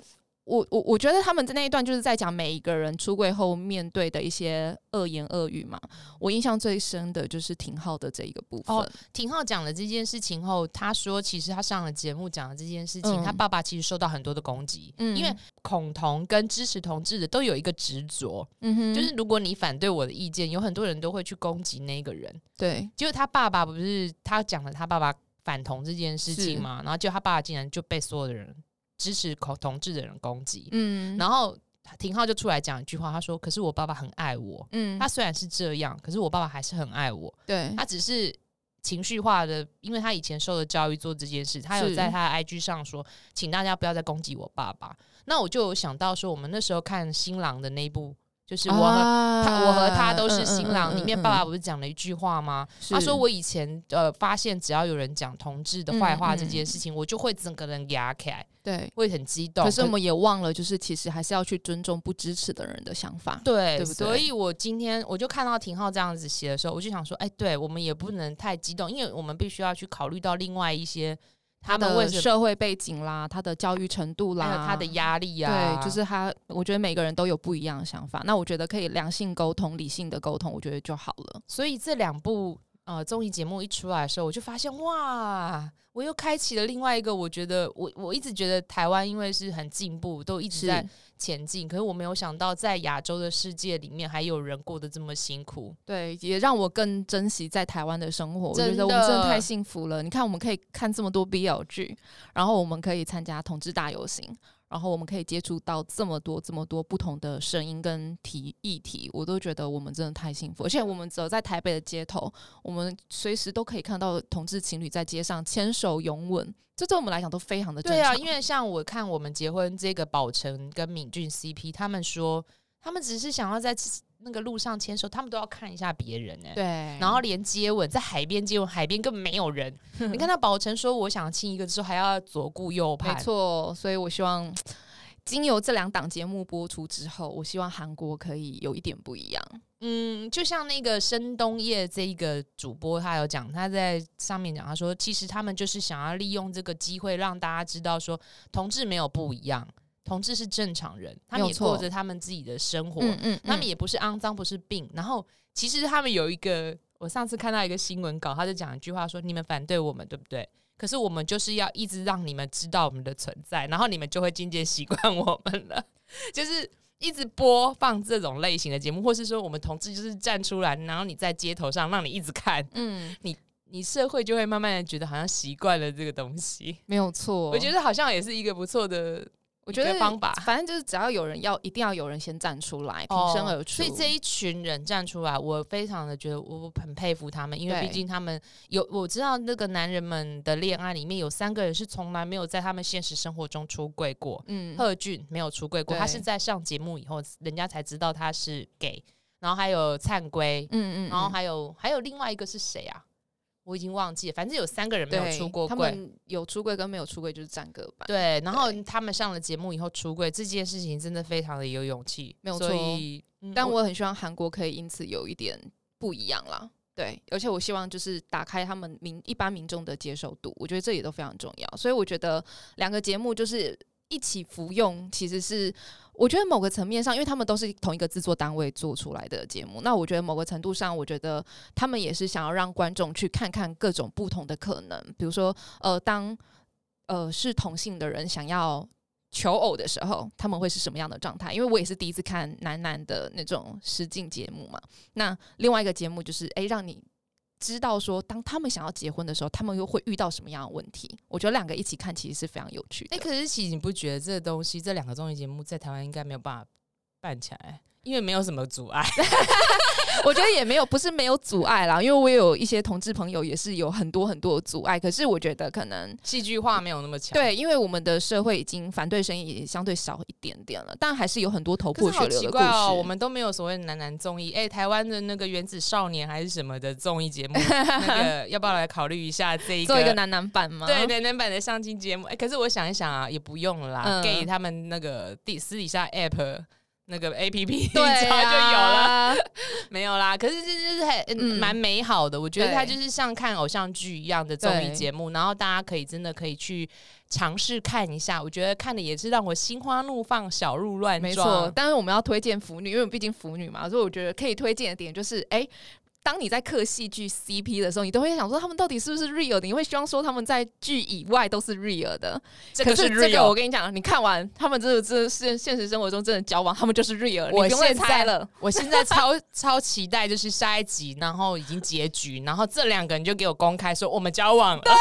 Speaker 1: 我我我觉得他们在那一段就是在讲每一个人出柜后面对的一些恶言恶语嘛。我印象最深的就是廷浩的这一个部分，
Speaker 2: 哦廷浩讲了这件事情后，他说其实他上了节目讲了这件事情，
Speaker 1: 嗯
Speaker 2: 他爸爸其实受到很多的攻击，
Speaker 1: 嗯
Speaker 2: 因为恐同跟支持同志的都有一个执着，
Speaker 1: 嗯哼，
Speaker 2: 就是如果你反对我的意见，有很多人都会去攻击那个人。
Speaker 1: 对，
Speaker 2: 结果他爸爸不是他讲了他爸爸反同这件事情嘛，然后结果他爸爸竟然就被所有的人支持同同志的人攻击，
Speaker 1: 嗯，后
Speaker 2: 然后廷浩就出来讲一句话，他说：“可是我爸爸很爱我，
Speaker 1: 嗯，
Speaker 2: 他虽然是这样，可是我爸爸还是很爱我，
Speaker 1: 对，
Speaker 2: 他只是。”情绪化的，因为他以前受的教育做这件事，他有
Speaker 1: 是
Speaker 2: 在他的 IG 上说，请大家不要再攻击我爸爸。那我就有想到说，我们那时候看《新郎》的那一部，就是我和、
Speaker 1: 啊
Speaker 2: 他，我和他都是
Speaker 1: 嗯
Speaker 2: 新郎，里面爸爸不是讲了一句话吗？他说我以前呃发现，只要有人讲同志的坏话
Speaker 1: 嗯嗯
Speaker 2: 这件事情，我就会整个人压起来，
Speaker 1: 对。
Speaker 2: 会很激动。
Speaker 1: 可是我们也忘了，就是其实还是要去尊重不支持的人的想法。
Speaker 2: 对，
Speaker 1: 对不对
Speaker 2: 所以我今天我就看到廷浩这样子写的时候，我就想说，哎，对我们也不能太激动，因为我们必须要去考虑到另外一些他们为
Speaker 1: 的
Speaker 2: 什么
Speaker 1: 社会背景啦，他的教育程度啦，
Speaker 2: 还有他的压力呀、
Speaker 1: 对，就是他，我觉得每个人都有不一样的想法。那我觉得可以良性沟通、理性的沟通，我觉得就好了。
Speaker 2: 所以这两部呃综艺节目一出来的时候，我就发现哇，我又开启了另外一个，我觉得我我一直觉得台湾因为是很进步，都一直在
Speaker 1: 是，
Speaker 2: 前进，可是我没有想到在亚洲的世界里面还有人过得这么辛苦。
Speaker 1: 对，也让我更珍惜在台湾的生活。我觉
Speaker 2: 真的
Speaker 1: 得我们真的太幸福了。你看，我们可以看这么多 BL 剧，然后我们可以参加同志大游行，然后我们可以接触到这么多这么多不同的声音跟题议题，我都觉得我们真的太幸福。而且我们走在台北的街头，我们随时都可以看到同志情侣在街上牵手拥吻，这对我们来讲都非常的正
Speaker 3: 对
Speaker 1: 常。
Speaker 3: 啊，因为像我看我们结婚这个宝成跟敏俊 CP，他们说他们只是想要在那个路上牵手，他们都要看一下别人哎、
Speaker 1: 对，
Speaker 3: 然后连接吻，在海边接吻，海边根本没有 人。你看到宝成说我想亲一个之后，还要左顾右
Speaker 1: 没
Speaker 3: 盼，
Speaker 1: 错，所以我希望经由这两档节目播出之后，我希望韩国可以有一点不一样。
Speaker 3: 嗯，就像那个申东烨这一个主播，他有讲，他在上面讲，他说其实他们就是想要利用这个机会让大家知道说，同志没有不一样，同志是正常人，他们
Speaker 1: 没
Speaker 3: 也
Speaker 1: 有错
Speaker 3: 过着他们自己的生活，
Speaker 1: 嗯
Speaker 3: 他们也不是肮脏，不是病。然后其实他们有一个，我上次看到一个新闻稿，他就讲一句话说：“你们反对我们，对不对？可是我们就是要一直让你们知道我们的存在，然后你们就会渐渐习惯我们了。” 就是。一直播放这种类型的节目，或是说我们同志就是站出来，然后你在街头上让你一直看，
Speaker 1: 嗯，
Speaker 3: 你社会就会慢慢的觉得好像习惯了这个东西。
Speaker 1: 没有错。
Speaker 3: 我觉得好像也是一个不错的
Speaker 1: 哦我觉
Speaker 3: 一
Speaker 1: 得
Speaker 3: 个方法
Speaker 1: 反正就是只要有人要，一定要有人先站出来，挺身而出。
Speaker 3: 哦所以这一群人站出来，我非常的觉得我我很佩服他们，因为
Speaker 1: 对
Speaker 3: 毕竟他们有我知道那个男人们的恋爱里面有三个人是从来没有在他们现实生活中出柜过，
Speaker 1: 嗯，
Speaker 3: 贺俊没有出柜过，
Speaker 1: 对嗯
Speaker 3: 他是在上节目以后人家才知道他是 gay，然后还有灿圭，
Speaker 1: 嗯嗯，
Speaker 3: 然后
Speaker 1: 还
Speaker 3: 还有还有另外一个是谁啊？我已经忘记了，反正有三个人没有出过
Speaker 1: 他
Speaker 3: 柜。
Speaker 1: 们有出柜跟没有出柜就是站各半。
Speaker 3: 对，然后他们上了节目以后出柜这件事情，真的非常的有勇气，
Speaker 1: 没有
Speaker 3: 所
Speaker 1: 错哦
Speaker 3: 以嗯
Speaker 1: 但我很希望韩国可以因此有一点不一样啦。对，而且我希望就是打开他们民一般民众的接受度，我觉得这也都非常重要。所以我觉得两个节目就是一起服用，其实是我觉得某个层面上，因为他们都是同一个制作单位做出来的节目，那我觉得某个程度上，我觉得他们也是想要让观众去看看各种不同的可能，比如说呃，当呃是同性的人想要求偶的时候，他们会是什么样的状态？因为我也是第一次看男男的那种实境节目嘛。那另外一个节目就是，诶，让你知道说，当他们想要结婚的时候，他们又会遇到什么样的问题？我觉得两个一起看其实是非常有趣的。
Speaker 2: 哎、可是其实你不觉得这东西，这两个综艺节目在台湾应该没有办法办起来，因为没有什么阻碍。
Speaker 1: 我觉得也没有，不是没有阻碍啦，因为我也有一些同志朋友也是有很多很多的阻碍，可是我觉得可能
Speaker 2: 戏剧化没有那么强。，
Speaker 1: 对，因为我们的社会已经反对声音也相对少一点点了，但还是有很多头
Speaker 2: 可
Speaker 1: 破
Speaker 2: 是
Speaker 1: 血
Speaker 2: 好
Speaker 1: 流
Speaker 2: 奇
Speaker 1: 的故
Speaker 2: 怪
Speaker 1: 事。
Speaker 2: 哦，我们都没有所谓的男男综艺。哎、台湾的那个原子少年还是什么的综艺节目，那 个要不要来考虑一下这一个？
Speaker 1: 做一个男男版吗？
Speaker 2: 对，男男版的相亲节目。哎、可是我想一想啊，也不用了啦、
Speaker 1: 嗯
Speaker 2: g a y 他们那个底私底下 app 那个 app
Speaker 1: 对、
Speaker 2: 一查就有了。
Speaker 1: 啊，
Speaker 2: 没有啦，可是这就是很嗯
Speaker 1: 嗯
Speaker 2: 蛮、美好的，我觉得
Speaker 1: 对
Speaker 2: 它就是像看偶像剧一样的综艺节目，然后大家可以真的可以去尝试看一下，我觉得看的也是让我心花怒放、小鹿乱撞。
Speaker 1: 没错，，但是我们要推荐腐女，因为我们毕竟腐女嘛，所以我觉得可以推荐的点就是，哎、当你在刻戏剧 CP 的时候，你都会想说他们到底是不是 real 的？你会希望说他们在剧以外都是 real 的。
Speaker 2: 这个
Speaker 1: 可
Speaker 2: 是
Speaker 1: 是这个
Speaker 2: real
Speaker 1: 我。跟你讲，你看完他们这个真的是现实生活中真的交往，他们就是 real，
Speaker 2: 我
Speaker 1: 你不用再
Speaker 2: 现在
Speaker 1: 猜了。
Speaker 2: 我现在超超期待，就是下一集，然后已经结局，然后这两个人就给我公开说我们交往了。
Speaker 1: 哎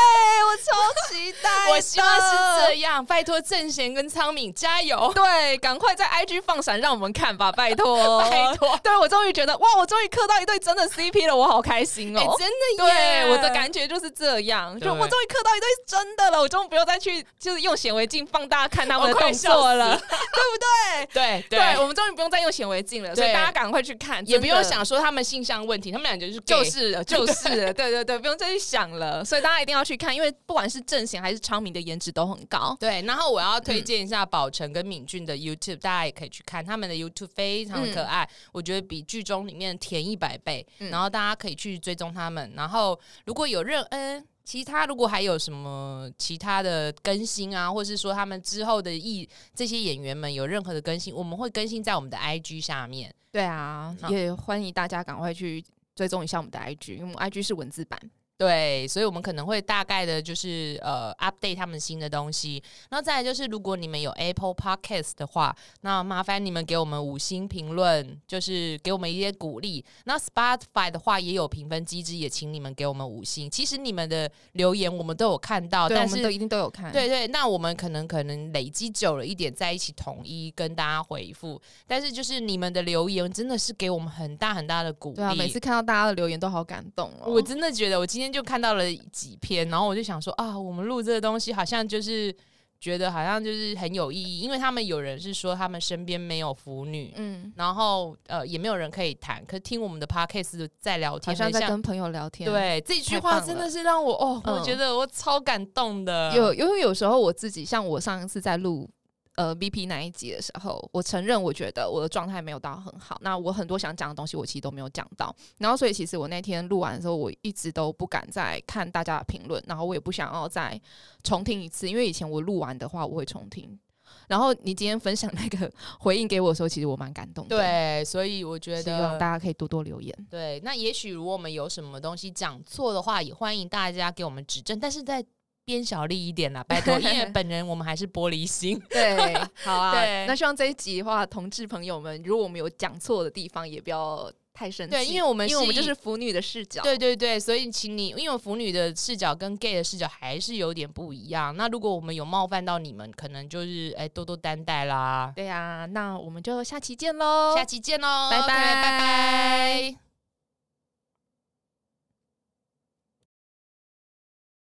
Speaker 1: 超期待
Speaker 2: 我希望是这样，拜托郑贤跟昌敏加 油，
Speaker 1: 对，赶快在 IG 放闪让我们看吧，拜托，
Speaker 2: 拜托。
Speaker 1: 对我终于觉得哇，我终于磕到一对真的 CP 了，我好开心哦！
Speaker 2: 哎真的耶
Speaker 1: 对，我的感觉就是这样，就
Speaker 2: 对
Speaker 1: 我终于磕到一对真的了，我终于不用再去就是用显微镜放大看他们的
Speaker 2: 我哦快
Speaker 1: 动作了，
Speaker 2: 笑
Speaker 1: 对不对？
Speaker 2: 对
Speaker 1: 对我们终于不用再用显微镜了，所以
Speaker 2: 对
Speaker 1: 大家赶快去看，
Speaker 2: 也不
Speaker 1: 真的
Speaker 2: 用。想说他们性向问题，他们俩就是
Speaker 1: 就
Speaker 2: gay
Speaker 1: 是了，就是了， 对对对，不用再去想了，所以大家一定要去看，因为不管是郑贤还是昌明的颜值都很高，
Speaker 2: 对，然后我要推荐一下宝成跟敏俊的 YouTube，、大家也可以去看他们的 YouTube，非常可爱，我觉得比剧中里面甜一百倍。
Speaker 1: 嗯
Speaker 2: 然后大家可以去追踪他们，然后如果有任嗯。其他如果还有什么其他的更新啊，或是说他们之后的艺这些演员们有任何的更新，我们会更新在我们的 IG 下面。
Speaker 1: 对啊，
Speaker 2: 好
Speaker 1: 也欢迎大家赶快去追踪一下我们的 IG，因为我们 IG 是文字版。
Speaker 2: 对，所以我们可能会大概的就是呃 update 他们新的东西。然后再来就是，如果你们有 Apple Podcast 的话，那麻烦你们给我们五星评论，就是给我们一些鼓励。那 Spotify 的话也有评分机制，也请你们给我们五星。其实你们的留言我们都有看到，
Speaker 1: 对，我
Speaker 2: 但
Speaker 1: 们都
Speaker 2: 是。
Speaker 1: 一定都有看。
Speaker 2: 对对，那我们可能可能累积久了一点，在一起统一跟大家回复。但是就是你们的留言真的是给我们很大很大的鼓励。
Speaker 1: 对啊，每次看到大家的留言都好感动哦。
Speaker 2: 我真的觉得，我今天就看到了几篇，然后我就想说啊，我们录这个东西好像就是觉得好像就是很有意义，因为他们有人是说他们身边没有腐女，
Speaker 1: 嗯，
Speaker 2: 然后呃也没有人可以谈，可听我们的 podcast 在聊
Speaker 1: 好
Speaker 2: 天，
Speaker 1: 像
Speaker 2: 很
Speaker 1: 在跟朋友聊天。。
Speaker 2: 对这句
Speaker 1: 太
Speaker 2: 话
Speaker 1: 棒
Speaker 2: 真
Speaker 1: 了
Speaker 2: 的是让我哦，我
Speaker 1: 嗯
Speaker 2: 觉得我超感动的，
Speaker 1: 有，因为有时候我自己，像我上一次在录呃 BP 那一集的时候，我承认我觉得我的状态没有到很好，那我很多想讲的东西我其实都没有讲到，然后所以其实我那天录完的时候，我一直都不敢再看大家的评论，然后我也不想要再重听一次，因为以前我录完的话我会重听。然后你今天分享那个 回应给我的时候，其实我蛮感动的。，
Speaker 2: 对，所以我觉
Speaker 1: 希
Speaker 2: 得
Speaker 1: 望大家可以多多留言。
Speaker 2: 对，那也许如果我们有什么东西讲错的话，也欢迎大家给我们指正，但是在边小力一点啦，拜托，因 为本人我们还是玻璃心。
Speaker 1: 对，好啊。
Speaker 2: 对
Speaker 1: 那希望这一集的话，同志朋友们，如果我们有讲错的地方，也不要太生气。
Speaker 2: 对，因为我们
Speaker 1: 因为我们就是
Speaker 2: 以
Speaker 1: 腐女的视角。
Speaker 2: 对对对，所以请你，因为腐女的视角跟 gay 的视角还是有点不一样。那如果我们有冒犯到你们，可能就是哎多多担待啦。
Speaker 1: 对呀、那我们就下期见喽，
Speaker 2: 下期见喽，
Speaker 1: 哦拜
Speaker 2: OK，
Speaker 1: 拜
Speaker 2: 拜拜。